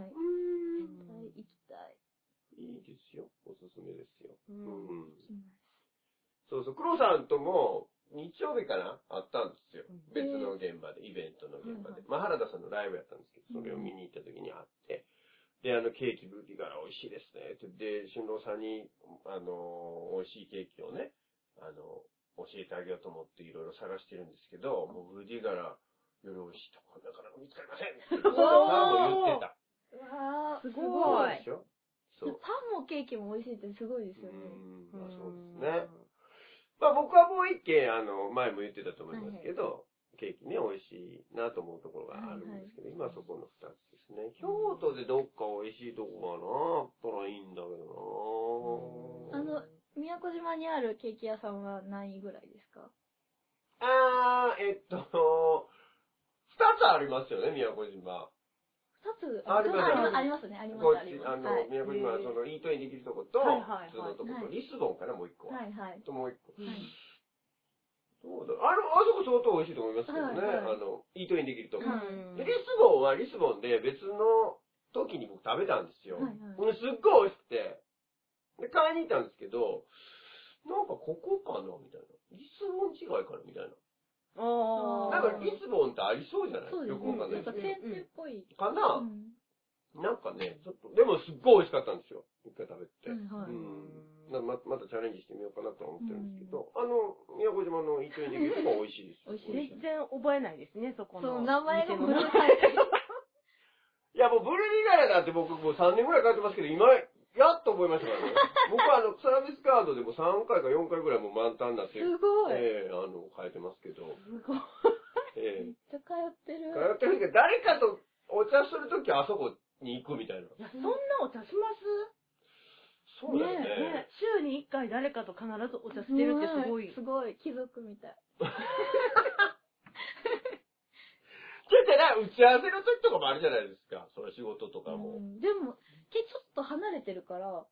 [SPEAKER 1] 行
[SPEAKER 2] ん。
[SPEAKER 1] きたい。
[SPEAKER 2] いいですよ。おすすめですよ。
[SPEAKER 3] う。
[SPEAKER 2] うんん。
[SPEAKER 1] 行きま
[SPEAKER 2] そうそう、黒さんとも、日曜日かなあったんですよ
[SPEAKER 3] うん。
[SPEAKER 2] 別の現場で、イベントの現場で。まあ、原田さんのライブやったんですけど、それを見に行った時にあって、で、あの、ケーキブーティーから美味しいですね。ってで、俊郎さんに、あの、美味しいケーキをね、あの、教えてあげようと思っていろいろ探してるんですけど、もうブーティーから、より美味しいとこなかなか見つかりませんって、パンも言ってた。
[SPEAKER 1] す。うわー、
[SPEAKER 3] す
[SPEAKER 1] い
[SPEAKER 3] ごい
[SPEAKER 2] そうでしょそ
[SPEAKER 1] パ
[SPEAKER 2] う。
[SPEAKER 1] ンもケーキも美味しいってすごいです
[SPEAKER 2] う
[SPEAKER 1] よね。
[SPEAKER 2] ん、まあそうですね。まあ僕はもう一軒、あの、前も言ってたと思いますけど、ケーキね、美味しいなと思うところがあるんですけど、今そこの二つですね。京都でどっか美味しいとこがな、あったらいいんだけどな
[SPEAKER 1] あの宮古島にあるケーキ屋さんは何位ぐらいですか
[SPEAKER 2] あー、えっと、二つありますよね、宮古島。
[SPEAKER 1] 二つ
[SPEAKER 2] あります
[SPEAKER 1] ありますね、あります
[SPEAKER 2] こ
[SPEAKER 1] あ
[SPEAKER 2] っ
[SPEAKER 1] り
[SPEAKER 2] ち、
[SPEAKER 1] ます。
[SPEAKER 2] あの、
[SPEAKER 1] はい
[SPEAKER 2] 宮古島はその、イートインできるとこと、
[SPEAKER 3] はいはいはい
[SPEAKER 2] 普通のとこと、
[SPEAKER 1] はい
[SPEAKER 2] リスボンかな、もう一個は。
[SPEAKER 1] はいはい。
[SPEAKER 2] と、もう一個。
[SPEAKER 3] うん
[SPEAKER 2] どうだろうあの、あそこ相当美味しいと思いますけどね、
[SPEAKER 1] はいはい
[SPEAKER 2] あの、イートインできるとこ。
[SPEAKER 3] うん
[SPEAKER 2] でリスボンはリスボンで別の時に僕食べたんですよ。
[SPEAKER 1] はいはい
[SPEAKER 2] うんすっごい美味しくて。で、買いに行ったんですけど、なんかここかなみたいな。リスボン違いかなみたいな。
[SPEAKER 3] あ
[SPEAKER 2] なんか
[SPEAKER 3] あ。
[SPEAKER 2] リスボンってありそうじゃない
[SPEAKER 1] そうです
[SPEAKER 2] よくわかんな
[SPEAKER 1] ね。
[SPEAKER 2] い
[SPEAKER 1] なんか
[SPEAKER 2] け
[SPEAKER 1] 先生っぽい。
[SPEAKER 2] ど。か
[SPEAKER 1] う
[SPEAKER 2] な、
[SPEAKER 1] ん
[SPEAKER 2] なんかね、ちょっと、でもすっごい美味しかったんですよ。一回食べて。
[SPEAKER 1] はいは
[SPEAKER 2] う
[SPEAKER 1] い。
[SPEAKER 2] んなままたチャレンジしてみようかなとは思ってるんですけど、あの、宮古島のイトインできるとこ美味しいですよ。
[SPEAKER 1] 美味しいで
[SPEAKER 2] 美味しい
[SPEAKER 3] 全然覚えないですね、そこ
[SPEAKER 1] そ
[SPEAKER 3] の。
[SPEAKER 1] の名前が
[SPEAKER 3] 店の
[SPEAKER 1] 難しい。
[SPEAKER 2] いや、もうブルディガヤだって僕もう3年ぐらい通ってますけど、今、やっと覚えました からね。僕はあの、サービスカードでも3回か4回ぐらいもう満タンになって、
[SPEAKER 1] す
[SPEAKER 2] え
[SPEAKER 1] ごい。めっ
[SPEAKER 2] えあの、変えてますけど、
[SPEAKER 3] すごい。
[SPEAKER 2] ええ
[SPEAKER 1] ちゃ通ってる。
[SPEAKER 2] 通ってるけど、誰かとお茶するときあそこに行くみたいな。
[SPEAKER 3] いや、そんなお茶します
[SPEAKER 2] そうだよ
[SPEAKER 3] ねえね
[SPEAKER 2] ね。
[SPEAKER 3] え週に1回誰かと必ずお茶してるってすごい。
[SPEAKER 1] すごい。貴族みたい。
[SPEAKER 2] だってな、打ち合わせの時とかもあるじゃないですか。その仕事とか
[SPEAKER 1] う
[SPEAKER 2] も。
[SPEAKER 1] んでも、けちょっと離れてるから、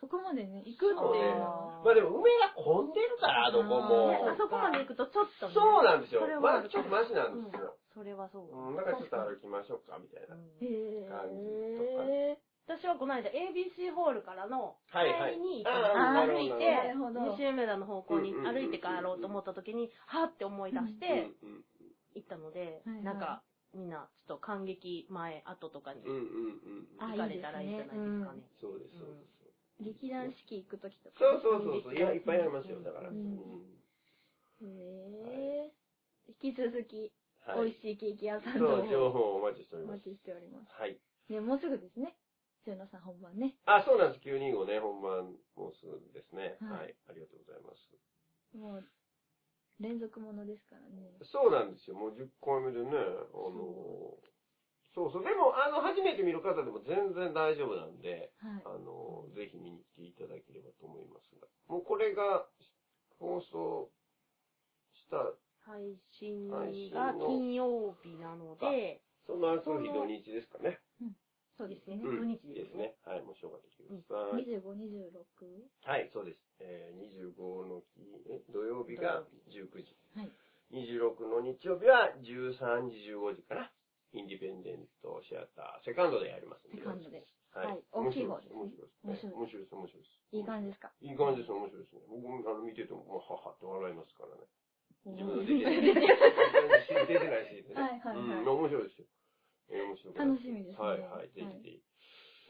[SPEAKER 1] そこまでね、行くっていうのは。
[SPEAKER 2] まあでも、梅が混んでるから、あの子も
[SPEAKER 3] ね。あそこまで行くとちょっとね。
[SPEAKER 2] そうなんですよ
[SPEAKER 3] それ。は
[SPEAKER 2] まあ、
[SPEAKER 3] ある
[SPEAKER 2] ちょっとマジなんですよ。
[SPEAKER 3] それはそう。
[SPEAKER 2] うん、だからちょっと歩きましょうか、みたいな。
[SPEAKER 1] へ
[SPEAKER 2] 感じ
[SPEAKER 1] え。
[SPEAKER 3] 私はこの間 ABC ホールからの
[SPEAKER 2] はいはい
[SPEAKER 3] 帰りに行った
[SPEAKER 2] あ
[SPEAKER 1] あー
[SPEAKER 3] 歩い
[SPEAKER 1] な
[SPEAKER 3] て、
[SPEAKER 1] るほど
[SPEAKER 3] 西梅田の方向に
[SPEAKER 2] うんうんうんうん
[SPEAKER 3] 歩いて帰ろうと思った時に、はーって思い出
[SPEAKER 2] うん
[SPEAKER 3] して
[SPEAKER 2] うん
[SPEAKER 3] 行ったので
[SPEAKER 1] はいは、い
[SPEAKER 3] なんかみんなちょっと感激前後とかに
[SPEAKER 2] うんうんうんうん。
[SPEAKER 3] 行かれたらいいじゃないですかね。
[SPEAKER 2] そうです、そう
[SPEAKER 1] 劇団四季行くときとか。
[SPEAKER 2] です。そうそうそうそう。いや、いっぱいありますよ、だから。
[SPEAKER 1] う
[SPEAKER 2] うんん
[SPEAKER 1] へえ。引き続き、
[SPEAKER 2] は
[SPEAKER 1] 美
[SPEAKER 2] い
[SPEAKER 1] 味。しいケーキ屋さんの方
[SPEAKER 2] そう、
[SPEAKER 1] を
[SPEAKER 2] 情報をお待ちしており
[SPEAKER 1] お
[SPEAKER 2] ます
[SPEAKER 1] 待。ちしております。
[SPEAKER 2] はい。
[SPEAKER 1] ね、もうすぐですね。中野さん本番ね。
[SPEAKER 2] あ、そうなんです。925ね、本番、もうすぐですね。
[SPEAKER 1] はい
[SPEAKER 2] はい。ありがとうございます。
[SPEAKER 1] もう、連続ものですからね。
[SPEAKER 2] そうなんですよ。もう10回目でね、あの、そうそう。でも、あの、初めて見る方でも全然大丈夫なんで、
[SPEAKER 1] はい
[SPEAKER 2] あ。の、ぜひ見に来ていただければと思いますが。もうこれが、放送した
[SPEAKER 3] 配信が金曜日なので、
[SPEAKER 2] そのあの日土日ですかね。
[SPEAKER 1] そうですね。
[SPEAKER 2] うん
[SPEAKER 3] 土日
[SPEAKER 2] いい
[SPEAKER 3] で
[SPEAKER 2] ですす
[SPEAKER 3] ね。
[SPEAKER 2] ね。はい、もしよかったら来てください。
[SPEAKER 1] 25、26?
[SPEAKER 2] はい、そうです。えー、25の日、え土曜日が19時。
[SPEAKER 1] はい
[SPEAKER 2] 26の日曜日は13時、15時かな。インディペンデントシアター、セカンドでやりますん
[SPEAKER 1] セカンドで。
[SPEAKER 2] は
[SPEAKER 1] はい
[SPEAKER 2] い。
[SPEAKER 1] 大きい方ですね
[SPEAKER 2] 面白いですね。面白いです、面白いです。
[SPEAKER 1] いい感じですか
[SPEAKER 2] いい感じです、面白いですね。僕もあの見てても、もうははって笑いますからね。
[SPEAKER 1] おー
[SPEAKER 2] 自分の出てない。出てないし、ね。
[SPEAKER 1] はいはいはい
[SPEAKER 2] うん、面白いですよ。えー面白くなって
[SPEAKER 1] 楽しみですね
[SPEAKER 2] はいはい、ぜひぜひ。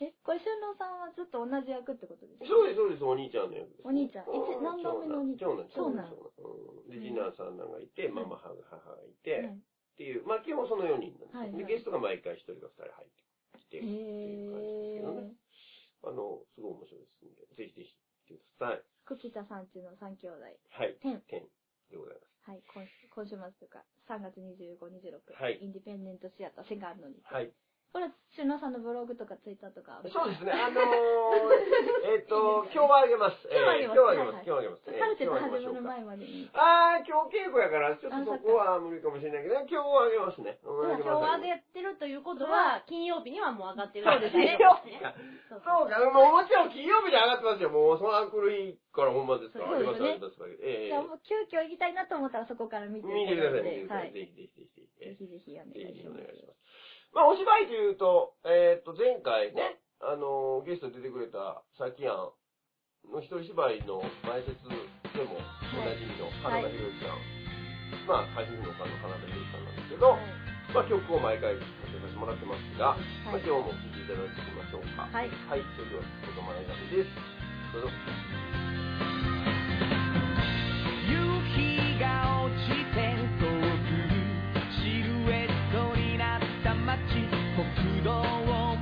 [SPEAKER 1] え、これ、俊郎さんはずっと同じ役ってことですか
[SPEAKER 2] そうです、そうです、お兄ちゃんの役です。
[SPEAKER 1] お兄ちゃんえ
[SPEAKER 2] う
[SPEAKER 1] ち何番目のお兄ちゃん
[SPEAKER 2] 長男、長
[SPEAKER 1] 長
[SPEAKER 2] 男
[SPEAKER 1] 男。
[SPEAKER 2] うんで、次男、三男がいて、ママ、母がいて、
[SPEAKER 1] はい
[SPEAKER 2] っていう、まあ基本その4人な
[SPEAKER 1] はい
[SPEAKER 2] ん
[SPEAKER 1] はい
[SPEAKER 2] ですよ。で、ゲストが毎回1人が2人入ってきて
[SPEAKER 1] へ
[SPEAKER 2] るっていう感じですけどね
[SPEAKER 1] ー。。
[SPEAKER 2] あの、すごい面白いですんで、ぜひぜひ来てください。
[SPEAKER 1] 久喜田さんちの3兄弟。
[SPEAKER 2] はい。
[SPEAKER 1] 天
[SPEAKER 2] 天でございま
[SPEAKER 1] はい、今今週末というか、3月25、26、
[SPEAKER 2] はい
[SPEAKER 1] インディペンデントシアターセカンドに。
[SPEAKER 2] す。はい。
[SPEAKER 1] これ、俊郎さんのブログとかツイッターとか、
[SPEAKER 2] そ うですね、あのー、えっと、今日はあげます。えー
[SPEAKER 1] 今日
[SPEAKER 2] 今日
[SPEAKER 1] は
[SPEAKER 2] は
[SPEAKER 1] あ
[SPEAKER 2] あ
[SPEAKER 1] げま
[SPEAKER 2] げますす。今日はあげます。えー
[SPEAKER 1] カルテット
[SPEAKER 2] 今日はあげ
[SPEAKER 1] 始まる
[SPEAKER 2] ましょうか
[SPEAKER 1] 前までに。
[SPEAKER 2] あー、今日稽古やから、ちょっとそこは無理かもしれないけど、今日はあげますね。今
[SPEAKER 3] 今日はやってるということは、金曜日にはもう上がってるんですね。そうそう
[SPEAKER 2] そうか、もうもちろん金曜日に上がってますよ。もうそのあくる日から本番ですから。
[SPEAKER 1] そうですよね
[SPEAKER 2] ありますありますえ
[SPEAKER 1] じ
[SPEAKER 2] え
[SPEAKER 1] ゃあもう急遽行きたいなと思ったらそそこから見て
[SPEAKER 2] 見てください、見てくだ
[SPEAKER 1] は
[SPEAKER 2] さい。
[SPEAKER 1] い。ぜ
[SPEAKER 2] ぜひぜひぜひぜひ。え
[SPEAKER 1] ひぜひお願
[SPEAKER 2] えぜ
[SPEAKER 1] い
[SPEAKER 2] ひ
[SPEAKER 1] し
[SPEAKER 2] お
[SPEAKER 1] ま
[SPEAKER 2] 願い
[SPEAKER 1] す。
[SPEAKER 2] します。まあ、お芝居で言うと、えっ、と、前回ね、あのーゲストに出てくれた、さきやんの一人芝居の前説でも、おなじみの、
[SPEAKER 1] は
[SPEAKER 2] 花
[SPEAKER 1] い
[SPEAKER 2] 田博之さん。まあ、初めのかの花田博之さんなんですけど、まあ、曲を毎回聴かせてもらってますが、まあ、今日も聴いていただいていきましょうか。
[SPEAKER 1] はい。
[SPEAKER 2] はい、それでは、子供選びです。どうぞ。
[SPEAKER 4] 夕日が落ちて遠くシルエットになった街国道を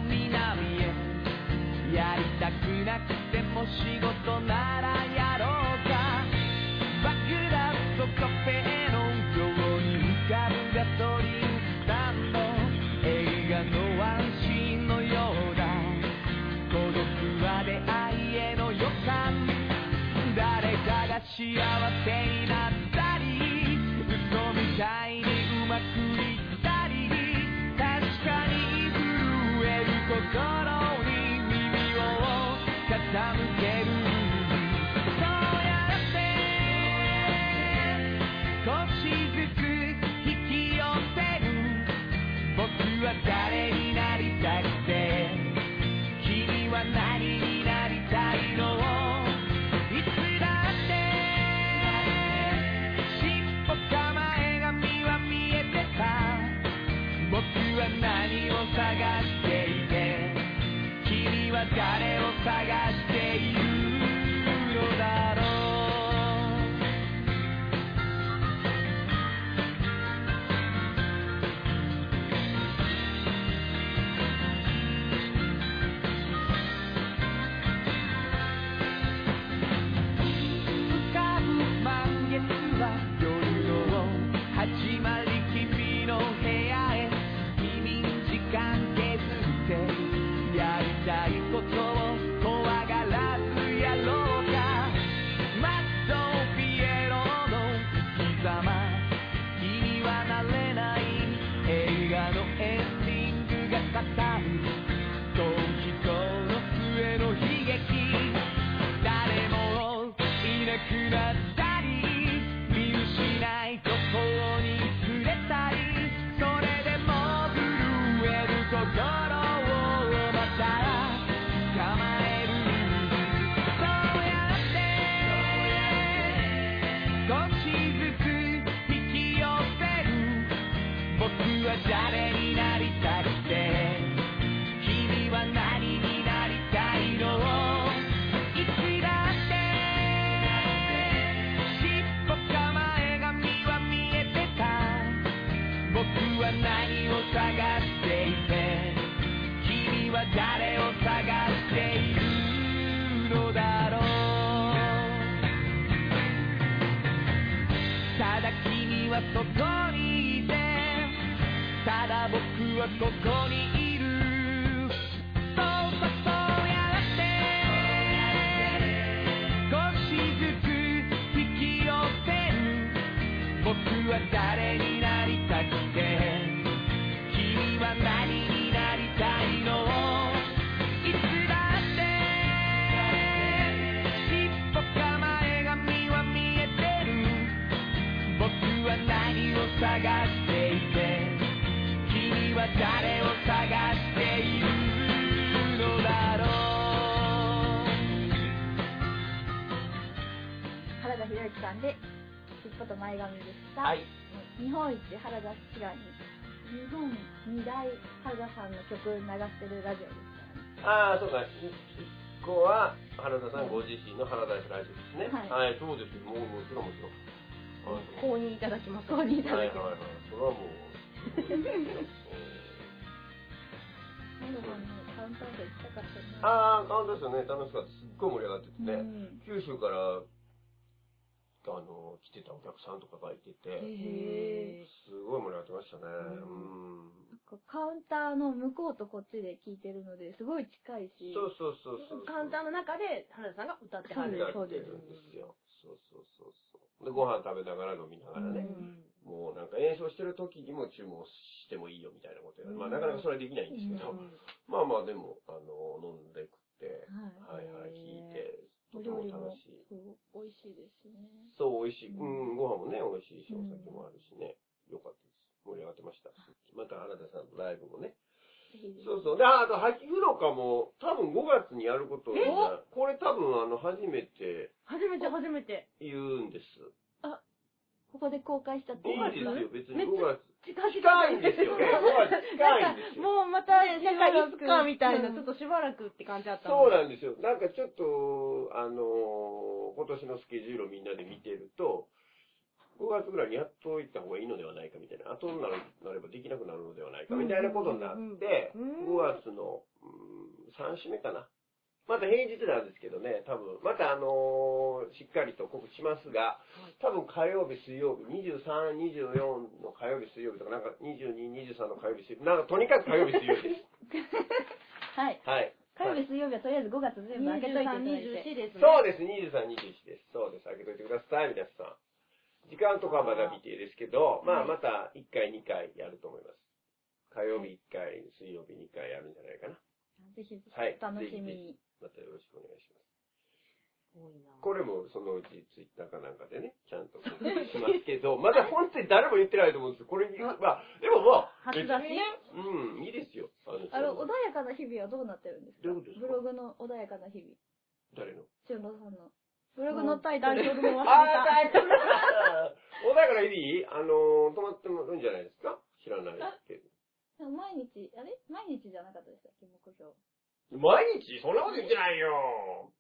[SPEAKER 4] 南へやりたくなくても仕事ならやろうかバクラットカフェの上に浮かぶガソリンスタンド映画のワンシーンのようだ孤独は出会いへの予感誰かが幸せになったり嘘みたいにうまくいったり確かに震える心に耳を傾けるそうやって少しずつ引き寄せる僕は誰になりたくて君は何になりたいのいつだって尻尾か前髪は見えてた僕は何を探していて君は誰を探しているのだろう浮かぶ満月は夜の始まり君の部屋へ君時間削ってやりたいことを怖がらずやろうかマッドピエロの生き様気にはなれない映画のエンディングが語る人の末の悲劇誰もいなくなったり見失いところに触れたりそれでも震える心をまた捕まえるそうやって少しずつ引き寄せる僕は誰になりたくて君は何になりたいのいつだって尻尾か前髪は見えてた僕は何を探していて君は誰を探しているのだろうただ君はそこにいてただ僕はここにいるそうそうそうやって少しずつ引き寄せる僕は誰になりたくて君は何になりたいのいつだって尻尾か前髪は見えてる僕は何を探していて君は誰を探しているのだろう
[SPEAKER 1] 原田博之さんで、尻尾と前髪でした。
[SPEAKER 2] はい。
[SPEAKER 1] 日本一原田志願に、日本二大原田さんの曲流してるラジオですからね。
[SPEAKER 2] ああ、そうか。一個は、原田さんご自身の原田ラジオですね。
[SPEAKER 1] は
[SPEAKER 2] はい、そうですよ。もう、もちろん、もちろん。あの
[SPEAKER 3] 購入いただきます。
[SPEAKER 1] 購入いた
[SPEAKER 2] は
[SPEAKER 1] だ
[SPEAKER 2] い
[SPEAKER 1] き
[SPEAKER 2] はい
[SPEAKER 1] ま
[SPEAKER 2] はい
[SPEAKER 1] す。。
[SPEAKER 2] それはもう。
[SPEAKER 1] 原田さんのカウンターで行きたかったな。
[SPEAKER 2] ああ、なんですよね。楽しかった。すっごい盛り上がってて
[SPEAKER 1] う
[SPEAKER 2] ね。
[SPEAKER 1] ん。
[SPEAKER 2] 九州から、あの、来てたお客さんとかがいてて、
[SPEAKER 3] へー
[SPEAKER 2] すごい盛り上がってましたね。う。
[SPEAKER 3] うん
[SPEAKER 1] なんかカウンターの向こうとこっちで聞いてるので、すごい近いし。
[SPEAKER 2] そうそうそうそう。
[SPEAKER 3] カウンターの中で原田さんが歌ってはる。
[SPEAKER 2] そうです。そうそうそうそう。で、ご飯食べながら飲みながら
[SPEAKER 1] う
[SPEAKER 2] ね、
[SPEAKER 1] ん
[SPEAKER 2] もうなんか演奏してる時にも注文してもいいよみたいなことや、
[SPEAKER 3] うん
[SPEAKER 2] まあなかなかそれはできないんですけど、まあまあでも、あの、飲んで食って、
[SPEAKER 1] は
[SPEAKER 2] はいはい、聞いて、と
[SPEAKER 1] お
[SPEAKER 2] て
[SPEAKER 1] 料
[SPEAKER 2] も
[SPEAKER 1] 理
[SPEAKER 2] 楽
[SPEAKER 1] も
[SPEAKER 2] しい。
[SPEAKER 1] そう美味しいですね。
[SPEAKER 2] そう、美味しい。う
[SPEAKER 1] うん
[SPEAKER 2] ん、ご飯もね、美味しいし、お
[SPEAKER 1] うん
[SPEAKER 2] 酒もあるしね、よかったです。盛り上がってました。また原田さんのライブもね。
[SPEAKER 1] ぜひぜひ
[SPEAKER 2] そうそう。で、ああと、秋広かも、多分5月にやることになこれ多分、あの、初めて
[SPEAKER 3] 初めて初めて。
[SPEAKER 2] 言うんです。
[SPEAKER 1] ここで公開したって
[SPEAKER 2] い
[SPEAKER 1] い
[SPEAKER 2] い
[SPEAKER 1] い
[SPEAKER 2] ですよ、別に
[SPEAKER 3] めっちゃ
[SPEAKER 2] 5月。
[SPEAKER 3] 近
[SPEAKER 2] 近いんですよね。5月近いんですよ。
[SPEAKER 3] もうまた、
[SPEAKER 1] ね
[SPEAKER 3] しばらくかみたいな、
[SPEAKER 1] うん
[SPEAKER 3] ちょっとしばらくって感じだった
[SPEAKER 2] そう
[SPEAKER 3] だ。
[SPEAKER 2] なんですよ。なんかちょっと、あのー今年のスケジュールをみんなで見てると、5月ぐらいにやっといた方がいいのではないかみたいな、後になるなればできなくなるのではないかみたいなことになって、
[SPEAKER 3] うんうんうんうん
[SPEAKER 2] 5月の、うん、3週目かな。また平日なんですけどね、多分、またあのーしっかりと告知しますが、多分火曜日、水曜日、23、24の火曜日、水曜日とか、なんか22、23の火曜日、水曜日、なんかとにかく火曜日、水曜日です。
[SPEAKER 1] はい
[SPEAKER 2] はい。
[SPEAKER 1] 火曜日水曜日はとりあえず5月全部開けといていただ
[SPEAKER 3] 23、
[SPEAKER 1] いて
[SPEAKER 3] 24ですね。
[SPEAKER 2] そうです、23、21です。そうです、開けといてください、皆さん。時間とかはまだ未定ですけど、まあ、また1回、2回やると思います。火曜日1回、水曜日2回やるんじゃないかな。
[SPEAKER 1] ぜひ
[SPEAKER 2] はい
[SPEAKER 1] お楽しみに
[SPEAKER 2] またよろしくお願いします。
[SPEAKER 3] 多いな
[SPEAKER 2] これもそのうちツイッターかなんかでね、ちゃんと告知しますけど、ま だ本当に誰も言ってないと思うんですよ。これに、まあ、でももう、
[SPEAKER 3] 初出し
[SPEAKER 2] ね、うん、いいですよ。あの、
[SPEAKER 1] あの
[SPEAKER 2] そ
[SPEAKER 1] 穏
[SPEAKER 2] の
[SPEAKER 1] やかな日々はどうなってるんですか
[SPEAKER 2] どういうことですか
[SPEAKER 1] ブログの穏やかな日々
[SPEAKER 2] 誰の
[SPEAKER 1] 中野さんのブログのタイトル
[SPEAKER 3] もうタイトルも忘れ
[SPEAKER 2] ああ、大丈夫だおだからいいあの、止まってもらうんじゃないですか知らないけど。
[SPEAKER 1] 毎日あれ毎日じゃなかったでしたっけ目標
[SPEAKER 2] 毎日そんなこと言ってないよ。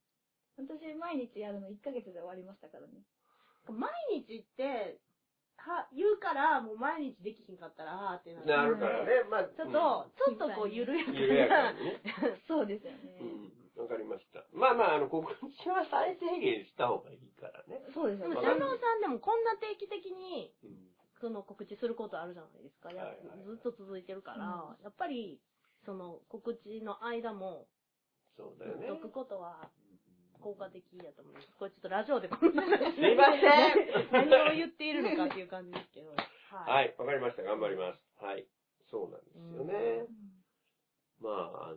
[SPEAKER 1] 私毎日やるの1ヶ月で終わりましたからね
[SPEAKER 3] 毎日って、は、言うから、もう毎日できひんかったら、あーってなる。
[SPEAKER 2] なるからね。まあ、
[SPEAKER 3] ちょっと、ちょっとこう、緩や
[SPEAKER 2] う
[SPEAKER 3] か
[SPEAKER 2] ん、緩やか
[SPEAKER 3] な。
[SPEAKER 2] にね。
[SPEAKER 1] そうですよね、
[SPEAKER 2] うん。わかりました。まあまあ、あの、告知は最低限した方がいいからね。
[SPEAKER 1] そうです
[SPEAKER 3] で
[SPEAKER 1] よ
[SPEAKER 3] も、
[SPEAKER 1] ね
[SPEAKER 3] 社長さんでもこんな定期的に、
[SPEAKER 2] うん。
[SPEAKER 3] その告知することあるじゃないですか。や
[SPEAKER 2] はいはい
[SPEAKER 3] ずっと続いてるから、
[SPEAKER 1] う
[SPEAKER 3] やっぱり、その告知の間も、
[SPEAKER 2] そうだ
[SPEAKER 3] 言
[SPEAKER 2] よね
[SPEAKER 3] っと。くことは効果的やと思います。これちょっとラジオでこんな
[SPEAKER 2] すいません。
[SPEAKER 3] 何を言っているのかっていう感じですけど。はい。
[SPEAKER 2] はい、わかりました。頑張ります。はい。そうなんですよね。まあ、あの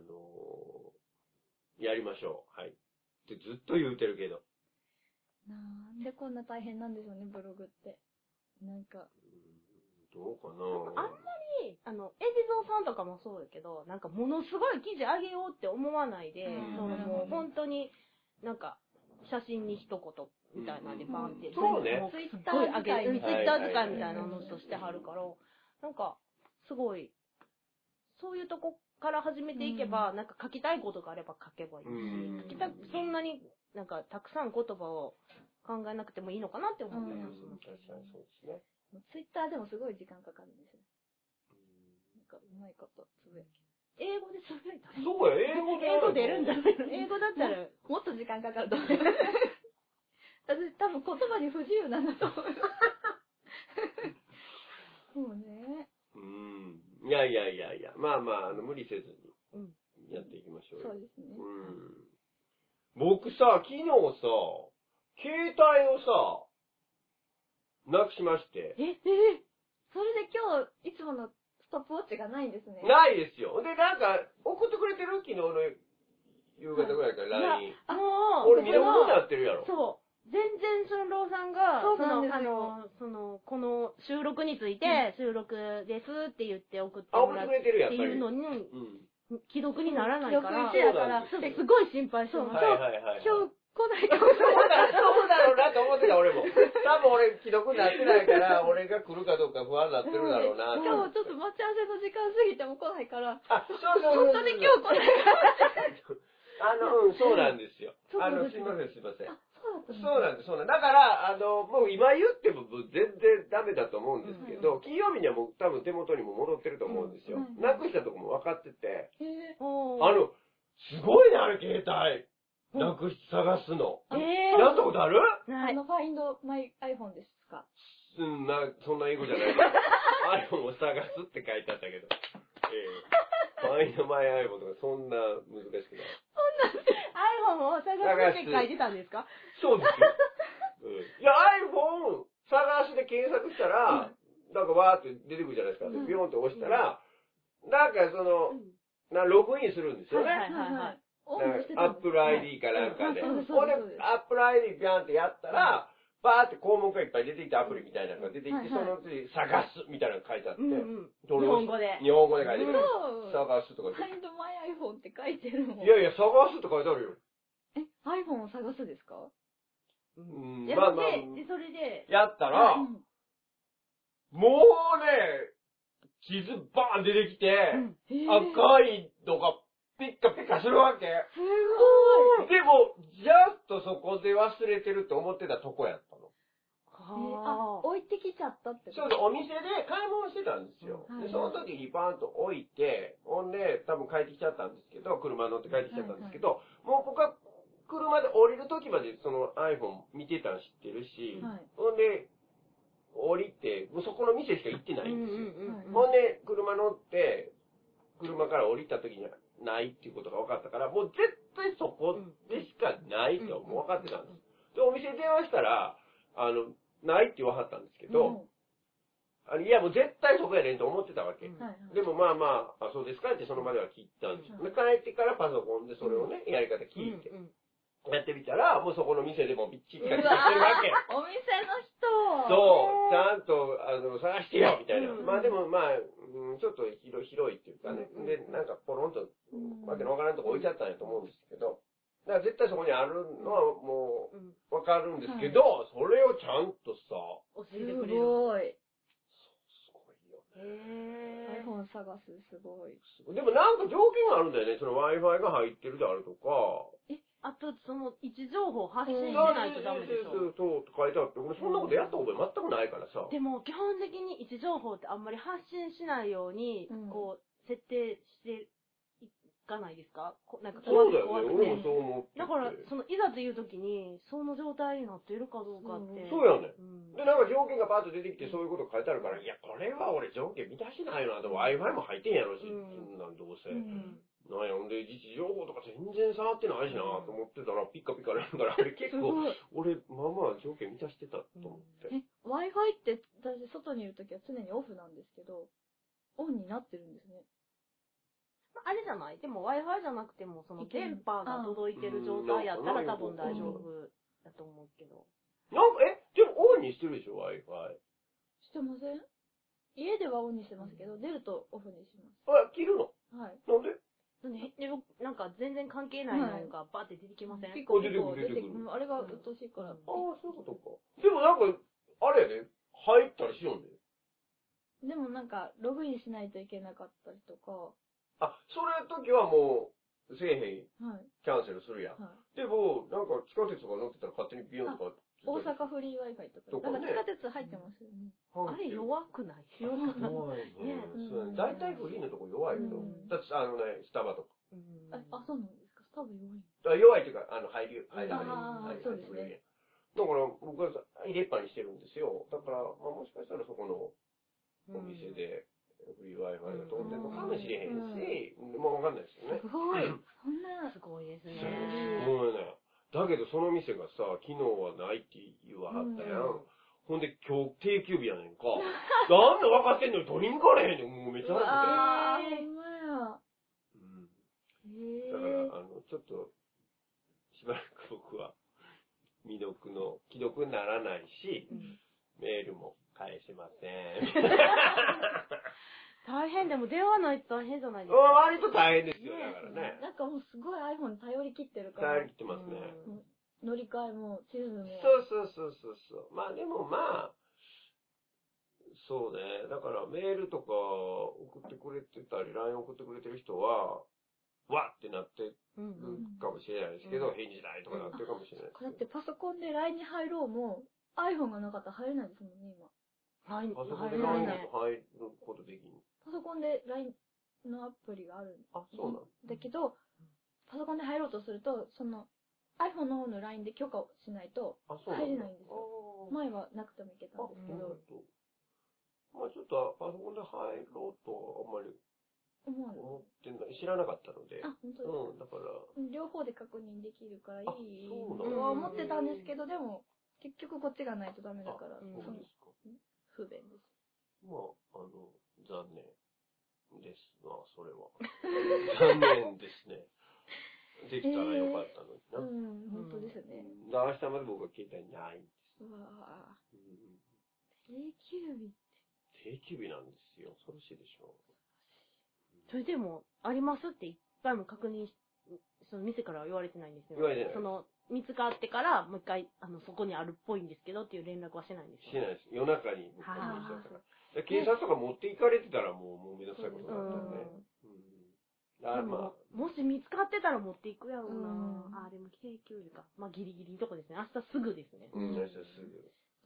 [SPEAKER 2] ーやりましょう。はい。ってずっと言うてるけど。
[SPEAKER 1] なんでこんな大変なんでしょうねブログってなんか
[SPEAKER 2] どうか
[SPEAKER 3] あ
[SPEAKER 2] なん
[SPEAKER 3] まり、あの、エビゾーさんとかもそうやけど、なんかものすごい記事あげようって思わないで、
[SPEAKER 1] うん
[SPEAKER 3] そのもう本当に、なんか、写真に一言みたいなんでバンって、
[SPEAKER 2] そうね
[SPEAKER 3] ツイッター使いみたいな。ツイッター使いみたいなのとしてはるから、なんか、すごい、そういうとこから始めていけば、なんか書きたいことがあれば書けばいいし、
[SPEAKER 2] うん
[SPEAKER 3] 書きたくそんなになんかたくさん言葉を考えなくてもいいのかなって思った
[SPEAKER 2] う
[SPEAKER 3] り
[SPEAKER 2] ん
[SPEAKER 1] う
[SPEAKER 3] もし
[SPEAKER 2] 確かに
[SPEAKER 3] ます。
[SPEAKER 2] そうですね。
[SPEAKER 1] ツイッターでもすごい時間かかるんですよ
[SPEAKER 2] う
[SPEAKER 1] なん
[SPEAKER 2] ん
[SPEAKER 1] かうまいことつぶやき
[SPEAKER 3] 英語でつぶやいたら
[SPEAKER 2] そうや、英語でや
[SPEAKER 3] 英
[SPEAKER 2] る
[SPEAKER 3] 語出るんじゃない
[SPEAKER 1] 英
[SPEAKER 3] 英
[SPEAKER 1] 語
[SPEAKER 3] 語
[SPEAKER 1] だっ
[SPEAKER 3] だったた
[SPEAKER 1] ら
[SPEAKER 3] ら、
[SPEAKER 1] もっと時間かかると思います私多分言葉に不自由なんだと思いますもうね
[SPEAKER 2] うん。いやいやいやいや、まあまあ、あの、無理せず
[SPEAKER 3] うん
[SPEAKER 2] にやっていきましょう
[SPEAKER 1] そ
[SPEAKER 2] よ
[SPEAKER 1] う。ですね
[SPEAKER 2] うん。僕さ、昨日さ、携帯をさ、なくしまして。
[SPEAKER 3] え、え、
[SPEAKER 1] それで今日いつものストップウォッチがないんですね
[SPEAKER 2] ないですよ。で、なんか、送ってくれてる昨日の夕方ぐらいから
[SPEAKER 3] いや
[SPEAKER 2] LINE。
[SPEAKER 3] あもう、
[SPEAKER 2] 俺見ることになってるやろ。
[SPEAKER 3] そう。全然、俊郎さんが、
[SPEAKER 1] そうなんですよ
[SPEAKER 3] その、あの、その、この収録について、収録ですって言って送って
[SPEAKER 2] あ、
[SPEAKER 3] も
[SPEAKER 2] 送っ
[SPEAKER 3] ら
[SPEAKER 2] て
[SPEAKER 3] っ
[SPEAKER 2] くれて
[SPEAKER 3] て
[SPEAKER 2] るやっぱ
[SPEAKER 3] い
[SPEAKER 2] り。
[SPEAKER 3] う
[SPEAKER 2] う
[SPEAKER 3] のに、
[SPEAKER 2] ん。
[SPEAKER 3] 既読にならないから、
[SPEAKER 1] 既
[SPEAKER 2] 読
[SPEAKER 3] す
[SPEAKER 2] にならない
[SPEAKER 1] そうなんです
[SPEAKER 3] ごい心配してま
[SPEAKER 2] はいはいはい。
[SPEAKER 1] 今日来ないかもし
[SPEAKER 2] そうだ、そうだろうなと思ってた、俺も。多分俺、既読になってないから、俺が来るかどうか不安になってるだろうな
[SPEAKER 1] れない。今日ちょっと待ち合わせの時間過ぎても来ないから、
[SPEAKER 2] あ、そうそうそうそう。
[SPEAKER 1] 本当に今日来ない。
[SPEAKER 2] あの、うん、そうなんですよ。
[SPEAKER 1] そう
[SPEAKER 2] あ
[SPEAKER 1] なん
[SPEAKER 2] の、
[SPEAKER 1] です
[SPEAKER 2] すい
[SPEAKER 1] よ
[SPEAKER 2] ません、すいません。
[SPEAKER 1] あ、そうだった
[SPEAKER 2] そうなんです、そうなんです。だから、あの、もう今言っても全然ダメだと思うんですけど、金曜日にはもう多分手元にも戻ってると思うんですよ
[SPEAKER 1] うんうん。
[SPEAKER 2] なくしたとこも分かってて、
[SPEAKER 1] へえ
[SPEAKER 3] おー
[SPEAKER 2] あの、すごいね、あれ、携帯。
[SPEAKER 3] うん
[SPEAKER 2] なくし探すの。
[SPEAKER 3] え
[SPEAKER 2] やったことある
[SPEAKER 3] ー、な
[SPEAKER 1] あ
[SPEAKER 3] い。
[SPEAKER 1] の、ファインドマイ iPhone ですか
[SPEAKER 2] うん、な、そんな英語じゃない。iPhone を探すって書いてあったけど。 ええ。ファインドマイ iPhone とかそんな難しくない。
[SPEAKER 3] iPhone を探してって書いてたんですか
[SPEAKER 2] そうですよ。いや、iPhone 探しで検索したら、なんかわーって出てくるじゃないですか。で
[SPEAKER 1] うん
[SPEAKER 2] ビヨンって押したら、なんかその、なログインするんですよ
[SPEAKER 3] はい
[SPEAKER 2] ね。
[SPEAKER 3] はいはいはい。
[SPEAKER 1] オン
[SPEAKER 2] なん
[SPEAKER 1] にして
[SPEAKER 2] か
[SPEAKER 1] た
[SPEAKER 2] ア
[SPEAKER 1] ん
[SPEAKER 2] ッ
[SPEAKER 1] です
[SPEAKER 2] プル ID かなんかで。
[SPEAKER 1] はいそうです
[SPEAKER 2] ほんで
[SPEAKER 1] そうです、
[SPEAKER 2] アップル ID ビャンってやったら、バーって項目がいっぱい出てきたアプリみたいなのが出てきて、
[SPEAKER 1] はいはい
[SPEAKER 2] その次、探すみたいなのが書いてあって、
[SPEAKER 3] うんうん。日
[SPEAKER 2] どれ
[SPEAKER 3] 本語で。
[SPEAKER 2] 日本語で書いてくれる。
[SPEAKER 1] そう。
[SPEAKER 2] 探すとか言っ
[SPEAKER 1] Find my iPhone って書いてるもん。
[SPEAKER 2] て。いやいや、探すって書いてあるよ。
[SPEAKER 1] え、iPhone を探すですか
[SPEAKER 2] うん、
[SPEAKER 3] で、
[SPEAKER 2] まあまあ、
[SPEAKER 3] で、それで、
[SPEAKER 2] やったら、
[SPEAKER 1] う
[SPEAKER 2] も
[SPEAKER 1] ん
[SPEAKER 2] うね、地図バーン出てきて、
[SPEAKER 1] うんへー
[SPEAKER 2] 赤いのがピッカピカするわけ。
[SPEAKER 1] すごい。
[SPEAKER 2] でも、ジャストそこで忘れてると思ってたとこやったの。
[SPEAKER 1] えあ、
[SPEAKER 3] はあ
[SPEAKER 1] 置いてきちゃったって
[SPEAKER 2] そうです、お店で買い物してたんですよ。
[SPEAKER 1] はい
[SPEAKER 2] でその時にバーンと置いて、ほんで、多分帰ってきちゃったんですけど、車乗って帰ってきちゃったんですけど、もう僕は車で降りる時までその iPhone 見てたの知ってるし、
[SPEAKER 1] はい
[SPEAKER 2] ほんで、降りて、もうそこの店しか行ってないんですよ。
[SPEAKER 1] うん
[SPEAKER 2] ほんで、車乗って、車から降りた時にはないっていうことが分かったから、もう絶対そこでしかないとはもう分かってたんです。で、お店に電話したら、あの、ないって言わはったんですけど、あのいや、もう絶対そこやねんと思ってたわけ。
[SPEAKER 1] うんはいはい
[SPEAKER 2] でもまあまあ、あそうですかってその場では聞いたんです。
[SPEAKER 1] うん
[SPEAKER 2] で帰ってからパソコンでそれをね、やり方聞いて、やってみたら、もうそこの店でもビッチリやってるわけ。
[SPEAKER 1] お店の人
[SPEAKER 2] そう、ちゃんと、あの、探してよみたいな。
[SPEAKER 3] うん
[SPEAKER 2] まあでもまあ、うんちょっと広広いっていうかね
[SPEAKER 3] うん、
[SPEAKER 2] で、なんかポロンと
[SPEAKER 1] うん、
[SPEAKER 2] わけのわからんとこ置いちゃったんやと思うんですけど、だから絶対そこにあるのはも
[SPEAKER 3] うん
[SPEAKER 2] う、わかるんですけど、それをちゃんとさ、
[SPEAKER 3] 教えて
[SPEAKER 1] す
[SPEAKER 3] くれる。
[SPEAKER 1] ごい。
[SPEAKER 2] すごいよ。
[SPEAKER 3] へえ。
[SPEAKER 1] iPhone 探す、すごい。
[SPEAKER 2] でもなんか条件があるんだよね。その Wi-Fi が入ってるであるとか。
[SPEAKER 3] あと、その、位置情報発
[SPEAKER 2] そう
[SPEAKER 3] 信しないとダメでしょ。
[SPEAKER 2] そうそう書いてあって、俺そんなことやった覚え全くないからさ。
[SPEAKER 3] でも、基本的に位置情報ってあんまり発信しないように
[SPEAKER 1] うん、
[SPEAKER 3] こう、設定していかないですかこなんか
[SPEAKER 2] そ
[SPEAKER 3] 怖
[SPEAKER 2] う
[SPEAKER 3] く
[SPEAKER 2] だ
[SPEAKER 3] て
[SPEAKER 2] よ
[SPEAKER 3] 怖
[SPEAKER 2] ね。
[SPEAKER 3] く
[SPEAKER 2] 俺も
[SPEAKER 3] て。
[SPEAKER 2] そう思ってて。
[SPEAKER 3] だから、その、いざという時に、その状態になっているかどうかって。
[SPEAKER 2] そうやね。
[SPEAKER 3] うん
[SPEAKER 2] で、なんか条件がパッと出てきて、そういうこと書いてあるから、いや、これは俺条件満たしてないな、でも Wi-Fi も入ってんやろし、
[SPEAKER 3] うん
[SPEAKER 2] なんどうせ。
[SPEAKER 1] うん
[SPEAKER 2] なんや、ほんで、自治情報とか全然触ってないしな、と思ってたら、ピッカピカなるから、あれ結
[SPEAKER 1] す
[SPEAKER 2] 構、
[SPEAKER 1] ごい。
[SPEAKER 2] 俺、まあまあ条件満たしてたと思って。
[SPEAKER 1] え、Wi-Fi って、私、外にいるときは常にオフなんですけど、オンになってるんですね。
[SPEAKER 3] あれじゃないでも Wi-Fi じゃなくても、その
[SPEAKER 1] いける
[SPEAKER 3] 電波が届いてる状態やったら多分大丈夫だと思うけど。
[SPEAKER 2] なんか、え、でもオンにしてるでしょ、Wi-Fi。
[SPEAKER 1] してません家ではオンにしてますけど、出るとオフにしま
[SPEAKER 2] あ、切るの
[SPEAKER 1] す。はい。
[SPEAKER 2] なんで
[SPEAKER 3] 何でもなんか全然関係ないなんかバーって出てきません、
[SPEAKER 1] ピ
[SPEAKER 2] 構
[SPEAKER 1] コ
[SPEAKER 2] 出
[SPEAKER 1] ピ
[SPEAKER 2] てく
[SPEAKER 1] コ
[SPEAKER 2] る出
[SPEAKER 1] 出
[SPEAKER 2] て
[SPEAKER 1] て
[SPEAKER 2] く
[SPEAKER 1] く
[SPEAKER 2] る
[SPEAKER 1] る。うんあれが鬱陶しいから。
[SPEAKER 2] ああ、そういうことか。でもなんか、あれやね、入ったりしようね。
[SPEAKER 1] でもなんか、ログインしないといけなかったりとか、
[SPEAKER 2] あ、それ時はもう、せえへん、
[SPEAKER 1] はい。
[SPEAKER 2] キャンセルするやん。
[SPEAKER 1] はい、
[SPEAKER 2] でも、なんか、地下鉄とか乗ってたら勝手にビヨンとか。
[SPEAKER 1] 大阪フリー Wi-Fi と
[SPEAKER 2] と
[SPEAKER 1] か。
[SPEAKER 2] かね
[SPEAKER 1] なんか地下鉄入ってますよね。
[SPEAKER 3] あれ弱くない
[SPEAKER 2] 弱いね。
[SPEAKER 1] ね
[SPEAKER 2] そうだね大体フリーのとこ弱いよ。
[SPEAKER 1] うん
[SPEAKER 2] だって、あのね、スタバと
[SPEAKER 3] うん
[SPEAKER 1] ああ、そうなんですか。多分弱い。
[SPEAKER 2] か。あ弱いっていうか、あの、入り、入り、
[SPEAKER 1] あー
[SPEAKER 2] 入り、
[SPEAKER 1] そうですね
[SPEAKER 2] ね。だから、僕は入れっぱにしてるんですよ。だから、まあ、もしかしたらそこの、お店で、フリー Wi-Fi が飛んでるのかもしれへんし、まあわかんないですよね。
[SPEAKER 3] すごい。
[SPEAKER 1] そんな、
[SPEAKER 3] すごいですね。
[SPEAKER 2] ごいね。だけどその店がさ、昨日はないって言わはったやん。ほんで今日定休日やねんか。なんで分かってんのに取りに行かれへんねん。もうめっちゃ腹
[SPEAKER 1] あ
[SPEAKER 3] え
[SPEAKER 1] ー、
[SPEAKER 3] ー
[SPEAKER 1] ほんまや。
[SPEAKER 2] 立つ。うん。だから、あの、ちょっと、しばらく僕は、未読の、既読にならないし、メールも返しません。
[SPEAKER 3] 大変でも電話ないと大変じゃないですか。
[SPEAKER 2] 割と大変ですよ、だからね。
[SPEAKER 1] なんかもうすごい iPhone に頼り切ってるから
[SPEAKER 2] 大変、ってますね。
[SPEAKER 1] 乗り換えも地図も。
[SPEAKER 2] そうそうそうそうそう。まあでもまあ、そうね。だからメールとか送ってくれてたり、LINE 送ってくれてる人は、わってなってる
[SPEAKER 3] うんうん
[SPEAKER 2] かもしれないですけど、
[SPEAKER 3] うん
[SPEAKER 2] 返事ないとかなってるかもしれ
[SPEAKER 1] だ
[SPEAKER 2] ない
[SPEAKER 1] っ
[SPEAKER 2] です
[SPEAKER 1] て
[SPEAKER 2] けど。
[SPEAKER 1] パソコンで LINE に入ろうも、iPhone がなかったら入れないですもんね、今。
[SPEAKER 3] はい、
[SPEAKER 2] パソコン
[SPEAKER 3] 入
[SPEAKER 2] で
[SPEAKER 3] れな
[SPEAKER 2] LINE
[SPEAKER 3] いね。
[SPEAKER 2] と入ることできん。
[SPEAKER 1] パソコンで LINE のアプリがあるん
[SPEAKER 2] あ、そうなの
[SPEAKER 1] だけど、パソコンで入ろうとすると、その iPhone の方の LINE で許可をしないと、
[SPEAKER 2] あ、そうなの
[SPEAKER 1] 入れないんですよ
[SPEAKER 2] あー
[SPEAKER 1] 前はなくてもいけ
[SPEAKER 2] あ、
[SPEAKER 1] た
[SPEAKER 2] そ
[SPEAKER 1] んですけ
[SPEAKER 2] うな
[SPEAKER 1] ど
[SPEAKER 2] る、と。まあちょっとパソコンで入ろうとはあんまり
[SPEAKER 1] 思わない。
[SPEAKER 2] 思ってない。知らなかったので。
[SPEAKER 1] あ、本当ですか
[SPEAKER 2] うん、だから、
[SPEAKER 1] 両方で確認できるからい
[SPEAKER 2] あ
[SPEAKER 1] い
[SPEAKER 2] そう
[SPEAKER 1] とは
[SPEAKER 2] なんだ
[SPEAKER 1] 思ってたんですけど、でも、結局こっちがないとダメだから、
[SPEAKER 3] あ
[SPEAKER 1] そ
[SPEAKER 3] うん
[SPEAKER 2] そ
[SPEAKER 1] の
[SPEAKER 2] うですか。
[SPEAKER 1] 不便です。
[SPEAKER 2] まあ、あの、残念ですな、それは。 残念ですね。できたらよかったのにな。
[SPEAKER 1] うん、本当ですね。
[SPEAKER 2] だから明日まで僕は携帯ないんです
[SPEAKER 1] うわぁ、
[SPEAKER 2] うん
[SPEAKER 1] 定休日。
[SPEAKER 2] 定休日なんですよ。恐ろしいでしょ。
[SPEAKER 3] それでも、ありますって一回も確認し、その店からは言われてないんですよ。
[SPEAKER 2] 言われてない
[SPEAKER 3] その、見つかってから、もう一回、あの、そこにあるっぽいんですけどっていう連絡はしてないんです
[SPEAKER 2] し
[SPEAKER 3] よ。
[SPEAKER 2] てないです。夜中に僕
[SPEAKER 3] は
[SPEAKER 2] は
[SPEAKER 3] あ
[SPEAKER 2] しちゃったから。で警察とか持って行かれてたらもう、もう目立たないこと
[SPEAKER 3] う
[SPEAKER 2] だったんで。
[SPEAKER 3] ん。
[SPEAKER 2] うん。あ
[SPEAKER 3] で
[SPEAKER 2] ま
[SPEAKER 3] も、もし見つかってたら持っていくやろ
[SPEAKER 1] う
[SPEAKER 3] う
[SPEAKER 1] ん
[SPEAKER 3] な。あ、でも定休日か。まあ、ギリギリのとこですね。明日すぐですね
[SPEAKER 2] あ、。うん、明日すぐ。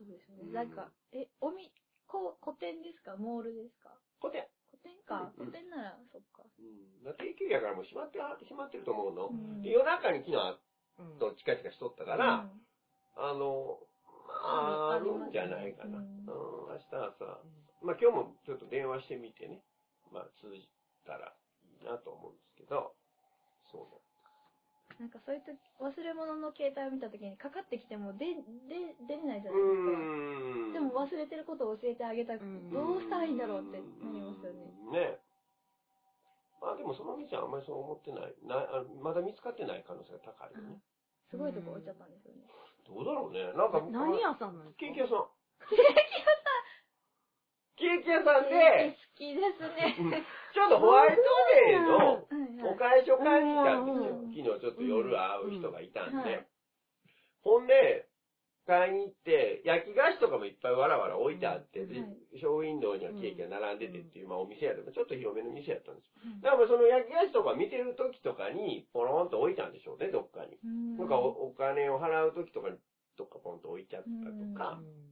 [SPEAKER 1] そうですよ
[SPEAKER 2] う
[SPEAKER 1] ね。
[SPEAKER 2] ん
[SPEAKER 1] なんか、え、おみ、こう、古典ですかモールですか
[SPEAKER 2] こて。
[SPEAKER 1] 古典か。
[SPEAKER 2] うん
[SPEAKER 1] 古典なら、そっか。
[SPEAKER 2] うん。だ定休日やからもう閉まっては、閉まってると思うの。
[SPEAKER 1] ん
[SPEAKER 2] で夜中に昨日、
[SPEAKER 3] うん
[SPEAKER 2] とチカチカしとったから、あの、まあ、あ
[SPEAKER 1] ありますね
[SPEAKER 2] るんじゃないかな。
[SPEAKER 1] う
[SPEAKER 2] うんん、明日はさ、まあ今日もちょっと電話してみてね、まあ通じたらいいなと思うんですけど、そうね。
[SPEAKER 1] なんかそういうとき、忘れ物の携帯を見たときに、かかってきても、で、で、出れないじゃ
[SPEAKER 2] う
[SPEAKER 1] ないですか。
[SPEAKER 2] ーん。
[SPEAKER 1] でも忘れてることを教えてあげたく
[SPEAKER 3] う
[SPEAKER 1] て、
[SPEAKER 3] ん
[SPEAKER 1] どうしたらいいんだろうってなりますよね。
[SPEAKER 2] うん。ねまあでもその店はあんまりそう思ってない。なあまだ見つかってない可能性が高いよね。
[SPEAKER 1] すごいとこ置いちゃったんですよね。
[SPEAKER 2] どうだろうね。なんか僕は
[SPEAKER 3] 何屋さんなんですか
[SPEAKER 2] ケーキ屋さん。ケーキ屋さんケーキ屋さんで、
[SPEAKER 1] 好きですね。
[SPEAKER 2] ちょっとホワイトデー
[SPEAKER 1] は
[SPEAKER 2] の
[SPEAKER 1] いは
[SPEAKER 2] お
[SPEAKER 1] い
[SPEAKER 2] 返しを返したんですよ
[SPEAKER 1] うん。
[SPEAKER 2] 昨日ちょっと夜会う人がいたん
[SPEAKER 1] うんはい
[SPEAKER 2] で。ほんで、買いに行って、焼き菓子とかもいっぱいわらわら置いてあって、
[SPEAKER 1] う
[SPEAKER 2] で
[SPEAKER 1] んはい
[SPEAKER 2] ショーウィンドウにはケーキが並んでてっていう、まあお店やでもちょっと広めの店やったんですよ
[SPEAKER 1] うん。
[SPEAKER 2] だからその焼き菓子とか見てる時とかに、ポロンと置いたんでしょうね、どっかに。
[SPEAKER 1] うん
[SPEAKER 2] なんかおお金を払う時とかに、どっかポンと置いちゃったと
[SPEAKER 1] う
[SPEAKER 2] か、
[SPEAKER 3] うん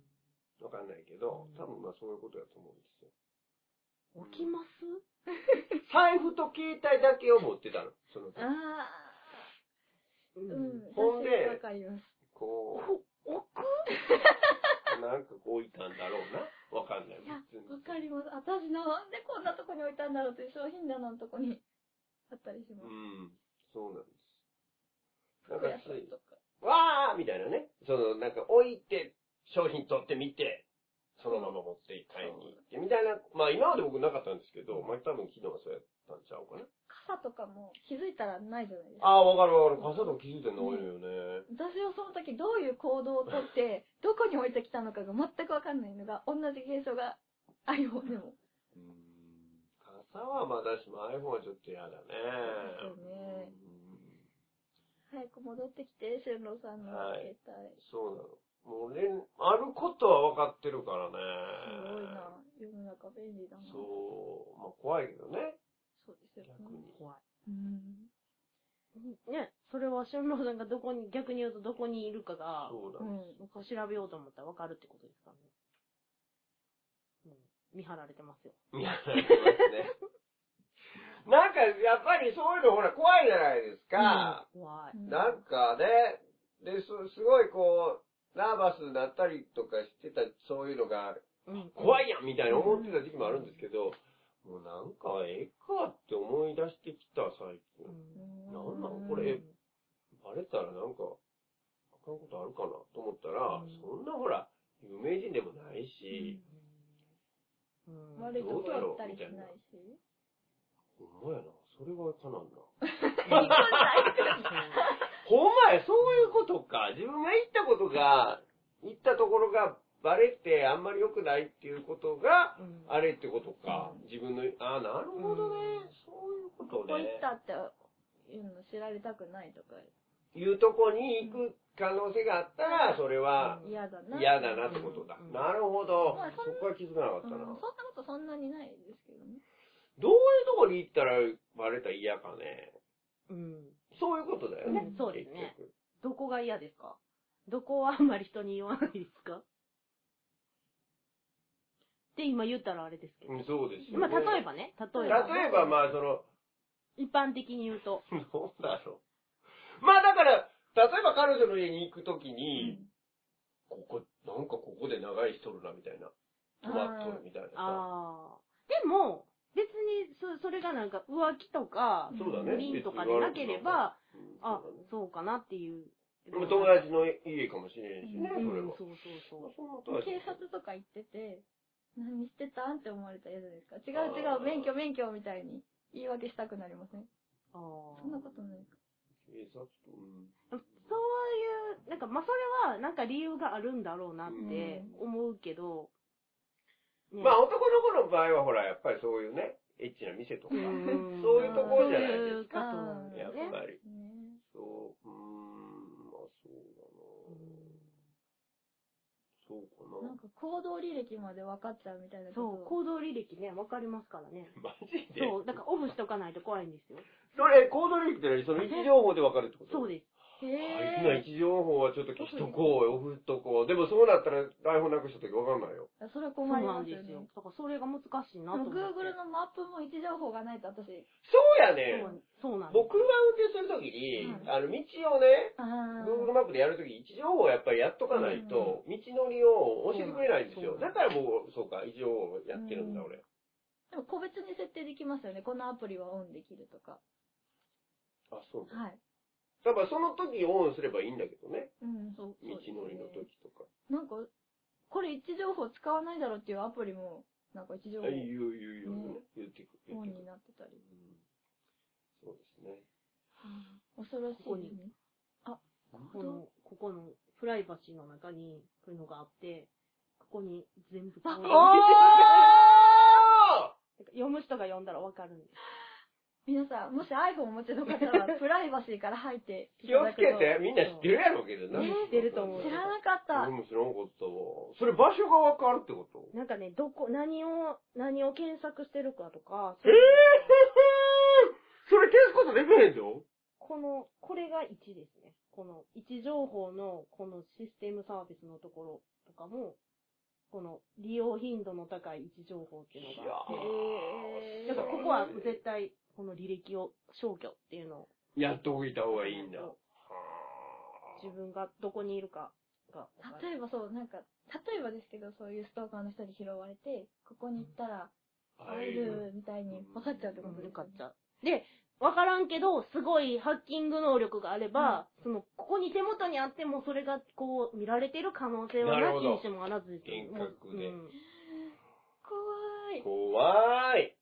[SPEAKER 2] わかんないけど、
[SPEAKER 3] うん
[SPEAKER 2] 多分まあそういうことだと思うんですよ。
[SPEAKER 3] 置きます
[SPEAKER 2] 財布と携帯だけを持ってたの、その時
[SPEAKER 1] あ
[SPEAKER 3] う
[SPEAKER 1] ー、うん。
[SPEAKER 2] ほんで
[SPEAKER 1] わかります。
[SPEAKER 2] こ
[SPEAKER 3] こ置く
[SPEAKER 2] う、なんかこう置いたんだろうな。わかんない。
[SPEAKER 1] いや、
[SPEAKER 2] 別に
[SPEAKER 1] わかります。私なんでこんなとこに置いたんだろうという商品棚のとこにあったりしま
[SPEAKER 2] う
[SPEAKER 1] す。
[SPEAKER 2] ん。そうなんです。なん
[SPEAKER 1] 服
[SPEAKER 2] か
[SPEAKER 1] 屋さん
[SPEAKER 2] つい、
[SPEAKER 1] とか。
[SPEAKER 2] わーみたいなね。その、なんか置いて、商品取ってみて、そのまま持って買いに行って、みたいな。まあ今まで僕なかったんですけど、まあ多分昨日はそうやったんちゃうかな。
[SPEAKER 1] 傘とかも気づいたらないじゃないですか。
[SPEAKER 2] ああ、わかるわかる。傘とか気づいてないのよね。
[SPEAKER 1] 私はその時どういう行動をとって、どこに置いてきたのかが全くわかんないのが、同じ現象が iPhone でも。
[SPEAKER 2] うーん傘はまだしも iPhone はちょっと嫌だね。
[SPEAKER 1] そうですよね早く戻ってきて、俊郎さんの携帯。
[SPEAKER 2] うんそうなの。もうね、あることは分かってるからね。
[SPEAKER 1] すごいな。世の中便利だな。そう
[SPEAKER 2] そう。まあ怖いけどね。
[SPEAKER 1] ですよね。
[SPEAKER 2] 逆に。
[SPEAKER 3] 怖
[SPEAKER 1] うん。
[SPEAKER 3] い。ね、それは、しゅんさんがどこに、逆に言うとどこにいるかが、
[SPEAKER 2] そ
[SPEAKER 1] う
[SPEAKER 2] うなの。
[SPEAKER 1] ん。
[SPEAKER 3] 僕を調べようと思ったら分かるってことですかね。うん、見張られてますよ。
[SPEAKER 2] いや、そうですね。なんか、やっぱりそういうのほら怖いじゃないですか。
[SPEAKER 3] うん怖い。
[SPEAKER 2] なんかね、で、すすごいこう、ナーバスになったりとかしてた、そういうのが
[SPEAKER 3] うん、
[SPEAKER 2] 怖
[SPEAKER 3] い。
[SPEAKER 2] いやんみたいな思ってた時期もあるんですけど、もうなんかええかって思い出してきた最近
[SPEAKER 3] う。
[SPEAKER 1] うんん
[SPEAKER 2] なんなのこれバレたらなんか、あかんことあるかなと思ったら、
[SPEAKER 3] うん
[SPEAKER 2] そんなほら、有名人でもないし、
[SPEAKER 3] うん
[SPEAKER 1] 悪いとこ行ったりし
[SPEAKER 2] どう
[SPEAKER 1] ないし。
[SPEAKER 2] だろほんまやな、それはかなんな。
[SPEAKER 3] そう
[SPEAKER 2] ほんまや、そういうことか。自分が行ったことが、行ったところがバレてあんまり良くないっていうことが、
[SPEAKER 3] うん
[SPEAKER 2] あれってことか
[SPEAKER 1] う。
[SPEAKER 2] 自分の、ああ、なるほどね。
[SPEAKER 3] うん
[SPEAKER 2] そういうこ
[SPEAKER 1] こと
[SPEAKER 2] ね。
[SPEAKER 1] こ行ったっていうの知られたくないとか
[SPEAKER 2] いうとこに行く可能性があったら、それは
[SPEAKER 3] うん
[SPEAKER 1] 嫌だな。
[SPEAKER 2] 嫌だなってことだ
[SPEAKER 3] う。ん
[SPEAKER 2] なるほど
[SPEAKER 1] まあ。そん
[SPEAKER 2] そ
[SPEAKER 1] な
[SPEAKER 2] こは気づかなかっ
[SPEAKER 1] うん
[SPEAKER 2] た
[SPEAKER 1] そんな
[SPEAKER 2] な
[SPEAKER 1] こ。とそんなにないですけどね。
[SPEAKER 2] どういうとこに行ったらバレたら嫌かね。
[SPEAKER 3] うん。
[SPEAKER 2] そういうことだよね
[SPEAKER 3] うん。そうですね
[SPEAKER 2] 結局。
[SPEAKER 3] どこが嫌ですかどこはあんまり人に言わないですかって今言ったらあれですけど。
[SPEAKER 2] うんそうですよ
[SPEAKER 3] まあ、
[SPEAKER 2] ね。
[SPEAKER 3] 例えばね、例えば。
[SPEAKER 2] 例えば、まあ、その、
[SPEAKER 3] 一般的に言うと。
[SPEAKER 2] どうだろう。まあだから、例えば彼女の家に行くときに、ここ、なんかここで長いしとるな、みたいな。止まっとるみたいなさ。
[SPEAKER 3] ああ。でも、別にそ、それがなんか浮気とか、
[SPEAKER 2] そうだね。
[SPEAKER 3] 不倫とかでなければ、
[SPEAKER 2] うん、
[SPEAKER 3] あ
[SPEAKER 2] そうだね、
[SPEAKER 3] そうかなっていう。
[SPEAKER 2] まあ友達の家かもしれんしね、そ
[SPEAKER 3] うん
[SPEAKER 2] れは。
[SPEAKER 3] そうそう
[SPEAKER 2] まあそんなこと
[SPEAKER 3] そ
[SPEAKER 2] は
[SPEAKER 1] 警察とか行ってて、何してたんって思われたら嫌じゃないですか。違う違う、免許免許みたいに言い訳したくなりません
[SPEAKER 3] う。あ
[SPEAKER 1] そんなことないか。
[SPEAKER 2] 警察と、うん。
[SPEAKER 3] そういう、なんか、まあ、それは、なんか理由があるんだろうなって思うけど、ね
[SPEAKER 2] まあ男の子の場合はほら、やっぱりそういうね、エッチな店とか、
[SPEAKER 3] ん
[SPEAKER 2] そういうところじゃないです
[SPEAKER 1] か
[SPEAKER 3] そういう
[SPEAKER 2] やっ
[SPEAKER 3] ことね
[SPEAKER 2] ぱり。
[SPEAKER 1] ね
[SPEAKER 2] そう、うーん、まあそうだなそうか
[SPEAKER 1] なんか行動履歴まで分かっちゃうみたいな
[SPEAKER 3] そう、
[SPEAKER 1] こ
[SPEAKER 3] 行動履歴ね、わかりますからね。
[SPEAKER 2] な。マジで
[SPEAKER 3] そう、だからオフしとかないと怖いんですよ。
[SPEAKER 2] それ、行動履歴って何その位置情報で分かるってこと
[SPEAKER 3] そうです。
[SPEAKER 1] う。へ
[SPEAKER 2] あい
[SPEAKER 1] え。
[SPEAKER 2] つの位置情報はちょっと消しとこうよ、オフっとこう。でもそうなったら台本なくした時分かんないよ。
[SPEAKER 1] それは
[SPEAKER 3] そう
[SPEAKER 1] 困り
[SPEAKER 3] な
[SPEAKER 1] ま
[SPEAKER 3] ん
[SPEAKER 1] す
[SPEAKER 3] で
[SPEAKER 1] よ
[SPEAKER 3] す
[SPEAKER 1] ね。
[SPEAKER 3] よ。だからそれが難しい
[SPEAKER 1] で
[SPEAKER 3] なと
[SPEAKER 1] も
[SPEAKER 3] 思って。
[SPEAKER 1] Google のマップも位置情報がないと私。
[SPEAKER 2] そうや
[SPEAKER 3] そ
[SPEAKER 2] ね
[SPEAKER 3] う。そうなんです。
[SPEAKER 2] 僕が運転するときに、あの、道をね、
[SPEAKER 1] あ
[SPEAKER 2] Google マップでやるとき、位置情報をやっぱりやっとかないと、道のりを教えてくれないんですよ。
[SPEAKER 3] そうな
[SPEAKER 2] だか
[SPEAKER 3] ん
[SPEAKER 2] らもう、そうか、位置情報やってるんだ、
[SPEAKER 1] うん
[SPEAKER 2] 俺。
[SPEAKER 1] でも個別に設定できますよね。このアプリはオンできるとか。
[SPEAKER 2] あ、そうか。
[SPEAKER 1] はい。
[SPEAKER 2] だからその時オンすればいいんだけどね。
[SPEAKER 1] うん。
[SPEAKER 3] そう
[SPEAKER 2] 道のりの時とか。
[SPEAKER 1] なんか、これ位置情報使わないだろうっていうアプリも、なんか位置情
[SPEAKER 2] あ
[SPEAKER 1] 報
[SPEAKER 2] 言う言う言う
[SPEAKER 1] ね
[SPEAKER 2] ね。言ってく言
[SPEAKER 1] オ
[SPEAKER 2] っ
[SPEAKER 1] ン
[SPEAKER 2] てく
[SPEAKER 1] になってたり。
[SPEAKER 2] うんそうですね。
[SPEAKER 1] 恐ろしい
[SPEAKER 3] ここ
[SPEAKER 1] です
[SPEAKER 3] に
[SPEAKER 1] ね。
[SPEAKER 3] この、ここのプライバシーの中に、こういうのがあって、ここに全部こういうなんか読む人が読んだらわかるんです。
[SPEAKER 1] 皆さん、もし iPhone をお持ちの方 は、プライバシーから入ってい
[SPEAKER 2] 気を
[SPEAKER 1] ただ
[SPEAKER 2] つ
[SPEAKER 1] くと。
[SPEAKER 2] けて、みんな知ってるやろうけどな。
[SPEAKER 3] ね知ってると思う
[SPEAKER 1] 知らなかっ
[SPEAKER 2] 俺
[SPEAKER 1] た。
[SPEAKER 2] も知らなかったわ。それ場所がわかるって こと
[SPEAKER 3] なんかね、どこ、何を、何を検索してるかとか、
[SPEAKER 2] ええー、それ消すことできへんの
[SPEAKER 3] この、これが1ですね。この位置情報の、このシステムサービスのところとかも、この利用頻度の高い位置情報っていうのがあって、
[SPEAKER 1] え
[SPEAKER 3] だ
[SPEAKER 1] ー
[SPEAKER 3] からここは絶対、この履歴を消去っていうのを、
[SPEAKER 2] やっとおいた方がいいんだ。はあ
[SPEAKER 3] 自分がどこにいるかが分かる。
[SPEAKER 1] 例えばそう、なんか、例えばですけど、そういうストーカーの人に拾われて、ここに行ったら、会えるみたいに分かっちゃうってこと
[SPEAKER 3] う
[SPEAKER 1] で
[SPEAKER 3] ん
[SPEAKER 1] す
[SPEAKER 3] よ
[SPEAKER 1] ね
[SPEAKER 3] かっちゃう。で、わからんけど、すごいハッキング能力があれば、その、ここに手元にあっても、それがこう、見られてる可能性は
[SPEAKER 2] な
[SPEAKER 3] な
[SPEAKER 2] るほ
[SPEAKER 3] き
[SPEAKER 2] ど
[SPEAKER 3] にしもあらずですよ
[SPEAKER 2] 遠隔で
[SPEAKER 3] うん
[SPEAKER 1] 怖い。す
[SPEAKER 2] 怖い。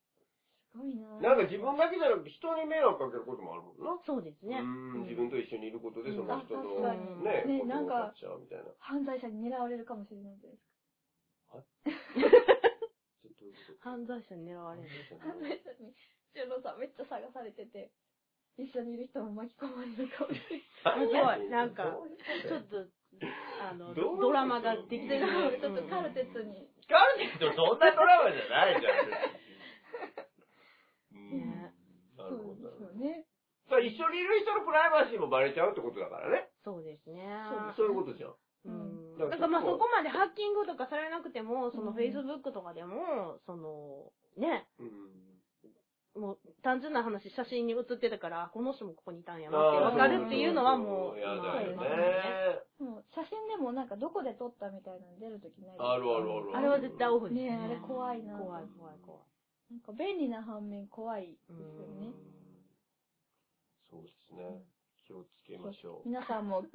[SPEAKER 1] ごいな
[SPEAKER 2] なんか自分だけじゃなくて人に迷惑かけることもあるもんな。
[SPEAKER 3] そうですね。
[SPEAKER 2] うん、自分と一緒にいることでその人
[SPEAKER 1] うん
[SPEAKER 2] の
[SPEAKER 1] あ
[SPEAKER 3] 確
[SPEAKER 2] ね
[SPEAKER 3] か、
[SPEAKER 1] にね
[SPEAKER 2] こと
[SPEAKER 1] なん
[SPEAKER 2] 分
[SPEAKER 1] か
[SPEAKER 2] かっちゃうみたいな。
[SPEAKER 1] 犯罪者に狙われるかもしれないじゃないです
[SPEAKER 2] ちょっとどういうこと
[SPEAKER 3] 犯罪者に狙われる。
[SPEAKER 1] か。犯罪者に、ジュノさんめっちゃ探されてて、一緒にいる人も巻き込まれるかもしれない。
[SPEAKER 3] 面白いなんか ちょっと、あの、
[SPEAKER 2] どう
[SPEAKER 3] ドラマができてる。
[SPEAKER 1] ちょっとカルテットに。
[SPEAKER 2] ガルディってそんなドラマじゃないじゃん。うん
[SPEAKER 3] ね
[SPEAKER 2] な
[SPEAKER 1] そ
[SPEAKER 2] る
[SPEAKER 1] う
[SPEAKER 2] ほ
[SPEAKER 1] で
[SPEAKER 2] ど。
[SPEAKER 1] すよね。
[SPEAKER 2] それ一緒にいる人のプライバシーもバレちゃうってことだからね。
[SPEAKER 3] そうですね。
[SPEAKER 2] そういうことじゃん。
[SPEAKER 3] うん
[SPEAKER 2] だから
[SPEAKER 3] だからまあそこまでハッキングとかされなくても、その
[SPEAKER 1] うん
[SPEAKER 3] Facebook とかでも、その、ね、
[SPEAKER 2] うん。
[SPEAKER 3] もう単純な話、写真に写ってたから、この人もここにいたんやなってわかるっていうのはもう、
[SPEAKER 2] や
[SPEAKER 3] まあ
[SPEAKER 2] だよね。
[SPEAKER 1] もう写真でもなんかどこで撮ったみたいなの出るときないですか
[SPEAKER 2] あるあるある。
[SPEAKER 3] あれは絶対オフですね。
[SPEAKER 1] ねえあれ怖いな
[SPEAKER 3] 怖い怖い怖い。
[SPEAKER 1] なんか便利な反面怖いですよね。
[SPEAKER 2] そうですね。気をつけましょう。
[SPEAKER 1] 皆さんも、ぜ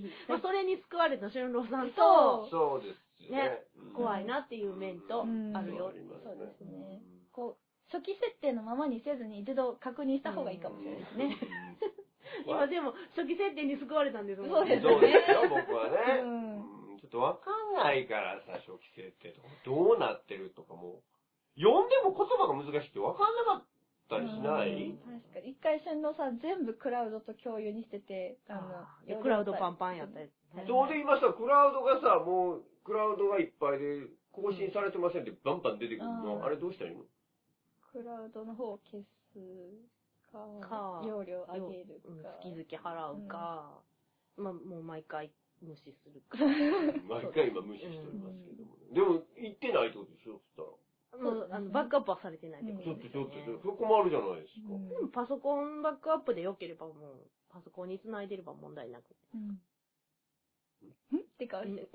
[SPEAKER 1] ひ。
[SPEAKER 3] まあそれに救われた俊郎さん
[SPEAKER 1] そ
[SPEAKER 3] と、
[SPEAKER 1] う
[SPEAKER 2] そうですね
[SPEAKER 3] ね。怖いなっていう面と
[SPEAKER 1] うん
[SPEAKER 3] あるよ。
[SPEAKER 1] そうですねこう、初期設定のままにせずに一度確認した方がいいかもしれないですね。
[SPEAKER 3] 今
[SPEAKER 2] で
[SPEAKER 3] でも初期設定に救われたんですもん
[SPEAKER 1] そうです
[SPEAKER 2] そうです
[SPEAKER 1] ね
[SPEAKER 2] よ、僕はね。
[SPEAKER 1] うん
[SPEAKER 2] うんちょっとわかんないからさ、初期設定とか、どうなってるとかも、読んでも言葉が難しくてわかんなかったりしない
[SPEAKER 1] うん確かに。一回、俊郎さん全部クラウドと共有にしてて、
[SPEAKER 3] あのクラウドパンパンやった
[SPEAKER 1] り。
[SPEAKER 3] やつね。
[SPEAKER 2] どうで今さ、クラウドがさ、もう、クラウドがいっぱいで、更新されてませんってバンバン出てく
[SPEAKER 1] う
[SPEAKER 2] る
[SPEAKER 1] ん
[SPEAKER 2] の。あれどうしたらいいの
[SPEAKER 1] クラウドの方を消すか、
[SPEAKER 3] か
[SPEAKER 1] 容量上げる
[SPEAKER 3] うん
[SPEAKER 1] か。
[SPEAKER 3] 月々払うか、まあもう毎回無視するか。
[SPEAKER 2] 毎回今無視しておりますけども。でも、行ってないってことでしょそ
[SPEAKER 3] もうあのバックアップはされてないってこ
[SPEAKER 2] した
[SPEAKER 3] と
[SPEAKER 2] ら。ちょっと
[SPEAKER 3] です
[SPEAKER 2] ちょっ
[SPEAKER 3] よね
[SPEAKER 2] と、ちょっとそれ困るじゃないですか。
[SPEAKER 1] うん
[SPEAKER 3] でもパソコンバックアップで良ければもう、パソコンに繋いでれば問題なく。
[SPEAKER 1] うん。んって顔してる。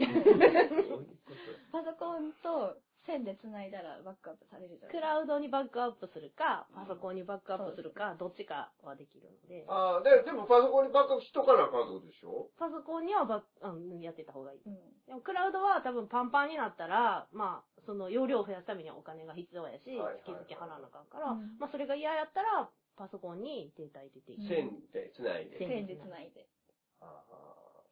[SPEAKER 1] パソコンと線で繋いだらバックアップされるじゃない
[SPEAKER 3] クラウドにバックアップするか、パソコンにバックアップするか、どっちかはできるので、
[SPEAKER 2] ああ、で、でもパソコンにバックアップしとかなあかんってことでしょ
[SPEAKER 3] パソコンにはバック、うん、やってた方がいい。
[SPEAKER 1] うん。
[SPEAKER 3] でもクラウドは多分パンパンになったら、まあ、その容量を増やすためにはお金が必要やし、
[SPEAKER 2] はいはいはい
[SPEAKER 3] 月々払わなあかんか
[SPEAKER 1] う
[SPEAKER 3] ら、
[SPEAKER 1] ん
[SPEAKER 3] まあそれが嫌やったら、パソコンにデータ入れてい
[SPEAKER 1] うん
[SPEAKER 3] く。
[SPEAKER 2] 線で繋いで。
[SPEAKER 1] 線で繋いで。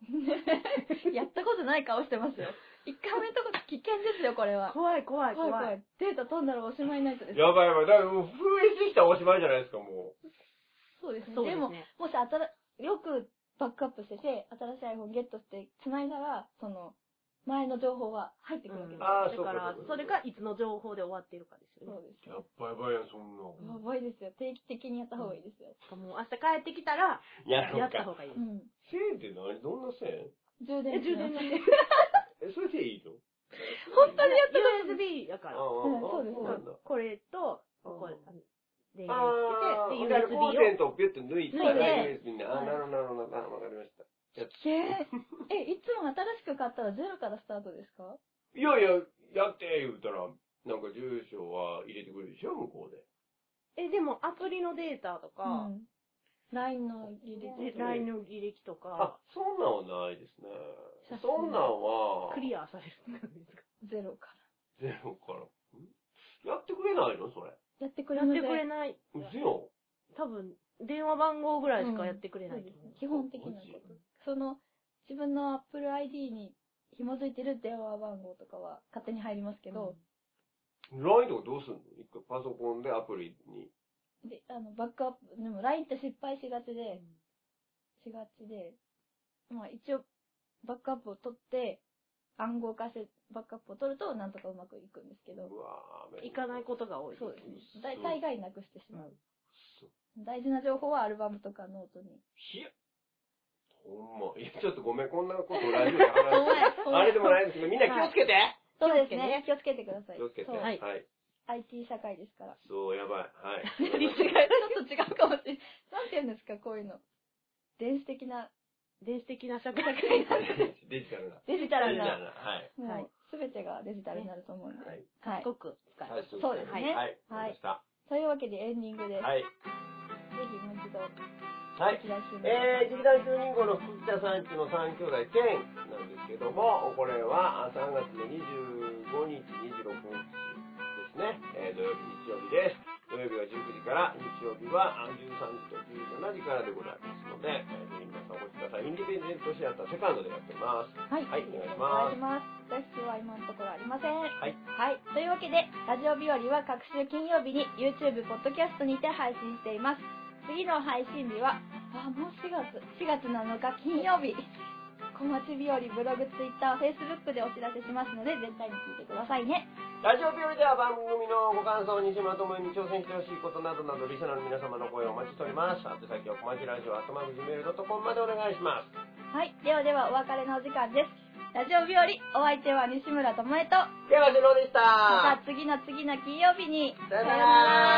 [SPEAKER 1] やったことない顔してますよ。一回目のとこ危険ですよ、これは。
[SPEAKER 3] 怖い怖い怖い。
[SPEAKER 1] データ飛んだらおしまいにないとです。
[SPEAKER 2] やばいやばい。だからもう、封印できたらおしまいじゃないですか、もう。
[SPEAKER 1] そうですね。
[SPEAKER 3] そうで
[SPEAKER 1] ですも、
[SPEAKER 3] ね。
[SPEAKER 1] もしあたら、よくバックアップしてて、新しい iPhone ゲットして繋いだら、その、前の情報は入ってくるわけです。
[SPEAKER 2] あー
[SPEAKER 3] だ
[SPEAKER 2] そうかそう
[SPEAKER 3] から
[SPEAKER 2] かそうか、
[SPEAKER 3] それがいつの情報で終わってるかですよ
[SPEAKER 1] そう。
[SPEAKER 3] ね
[SPEAKER 1] です
[SPEAKER 2] や
[SPEAKER 1] よ
[SPEAKER 2] っ。ぱやばいやん、そんな。
[SPEAKER 1] やばいですよ。定期的にやった方がいいですよ。
[SPEAKER 3] もう明日帰ってきたら、
[SPEAKER 2] やろ
[SPEAKER 3] や
[SPEAKER 2] う
[SPEAKER 3] った
[SPEAKER 2] か。
[SPEAKER 3] 方がいい。
[SPEAKER 1] うん。
[SPEAKER 2] 線って何どんな線
[SPEAKER 1] 充電
[SPEAKER 3] え、充電
[SPEAKER 1] しま
[SPEAKER 3] の
[SPEAKER 1] す
[SPEAKER 3] ね。
[SPEAKER 2] え、それでいいの
[SPEAKER 1] 本当にやったこと ない
[SPEAKER 3] USB やから。
[SPEAKER 1] うんそうです
[SPEAKER 2] そうなんだ。
[SPEAKER 3] これと、ここ、あの電
[SPEAKER 2] ああー、だから
[SPEAKER 3] 源つけて、で、USB
[SPEAKER 2] コンセン
[SPEAKER 3] を。
[SPEAKER 2] トをピュッと抜いた
[SPEAKER 1] 抜
[SPEAKER 2] ら、
[SPEAKER 1] い
[SPEAKER 2] USB になる。あー、なるほど、なるほど、なるほどわかりました。
[SPEAKER 1] けーえ、いつも新しく買ったらゼロからスタートですか
[SPEAKER 2] いやいや、やって言うたら、なんか住所は入れてくれるでしょ、向こうで。
[SPEAKER 3] え、でもアプリのデータとか、
[SPEAKER 1] ん。LINE の履
[SPEAKER 3] で
[SPEAKER 1] 歴。
[SPEAKER 3] LINE の履歴とか
[SPEAKER 2] あ、、そんなんはないですね
[SPEAKER 3] 写。真
[SPEAKER 2] そんなんは、
[SPEAKER 3] クリアされるんですか
[SPEAKER 1] ゼロか
[SPEAKER 2] ゼロから。んやってくれないのそれ。
[SPEAKER 1] ら。やってくれ
[SPEAKER 3] や
[SPEAKER 1] ま
[SPEAKER 3] っ
[SPEAKER 1] せん
[SPEAKER 3] てくれない。
[SPEAKER 2] うちの。
[SPEAKER 3] 多分、電話番号ぐらいしかやってくれない
[SPEAKER 1] そ
[SPEAKER 3] と
[SPEAKER 1] うです
[SPEAKER 3] 思
[SPEAKER 1] ね
[SPEAKER 3] う。
[SPEAKER 1] 基本的なこと。その、自分の Apple ID に紐づいてる電話番号とかは勝手に入りますけど、
[SPEAKER 2] LINE とかどうすんの一回パソコンでアプリに。
[SPEAKER 1] で、あの、バックアップ、でも LINE って失敗しがち
[SPEAKER 3] うん
[SPEAKER 1] で、しがちで、まあ一応、バックアップを取って、暗号化してバックアップを取ると、なんとかうまくいくんですけ
[SPEAKER 2] う
[SPEAKER 1] ど、
[SPEAKER 2] わぁ、
[SPEAKER 3] 行かないことが多い。
[SPEAKER 1] そうですね
[SPEAKER 2] そう。
[SPEAKER 1] 大大概なくしてしまう。
[SPEAKER 2] そう
[SPEAKER 1] 大事な情報はアルバムとかノートに。
[SPEAKER 2] ひや。ほんま。いや、ちょっとごめん、こんなことラジオで話し て。あれでもないですけど、みんな気をつけて、
[SPEAKER 1] そうです
[SPEAKER 3] 気をつけ
[SPEAKER 1] ね。気をつけてください。
[SPEAKER 2] 気をつけて。
[SPEAKER 1] そう
[SPEAKER 2] はい。
[SPEAKER 1] IT 社会ですから。
[SPEAKER 2] そう、やばい。はい。
[SPEAKER 1] 違う、ちょっと違うかもしれない。なんて言うんですか、こういうの。電子的な、
[SPEAKER 3] 電子的な社会。
[SPEAKER 2] デジタルな。
[SPEAKER 1] デジタ
[SPEAKER 2] デ
[SPEAKER 1] ル
[SPEAKER 2] ジタル
[SPEAKER 1] な、
[SPEAKER 2] な。はい。
[SPEAKER 3] なはい
[SPEAKER 1] もう、すべてがデジタルになると思うんで。
[SPEAKER 2] はい。
[SPEAKER 1] はい
[SPEAKER 3] す。ごく使える。
[SPEAKER 1] そうですね
[SPEAKER 2] はい。
[SPEAKER 1] はい
[SPEAKER 2] わかりました。
[SPEAKER 1] というわけでエンディングです。
[SPEAKER 2] はい。
[SPEAKER 1] ぜひもう一度、
[SPEAKER 2] はい
[SPEAKER 1] こ。ちら一緒に
[SPEAKER 2] えー、劇団主人公の藤田さんちの3兄弟兼なんですけども、これはあ3月の25日、26日ですね、えー土曜日、日曜日です。土曜日は19時から、日曜日はあ13時と17時からでございますので、えー、ぜひ皆さんお越しください。インディペンデントシアターセカンドでやってます。
[SPEAKER 1] はい、
[SPEAKER 2] はい
[SPEAKER 1] よろく
[SPEAKER 2] お願いし
[SPEAKER 1] す。脱出は今のところありません。はいというわけで、ラジオ日和は各週金曜日に YouTube、ポッドキャストにて配信しています。次の配信日は、あ、もう4月、4月7日金曜日。小町日和ブログ、Twitter、Facebook でお知らせしますので、絶対に聞いてくださいね。
[SPEAKER 2] ラジオ日和では番組のご感想、西村智也に挑戦してほしいことなどなど、リスナーの皆様の声をお待ちしております。あと先は、こまちラジオ、あとまぶじメールドットコムまでお願いします。
[SPEAKER 1] はい、ではではお別れのお時間です。ラジオ日和、お相手は西村智恵と、
[SPEAKER 2] では、ジローでした。
[SPEAKER 1] また次の次の金曜日に、
[SPEAKER 2] さよなら
[SPEAKER 1] な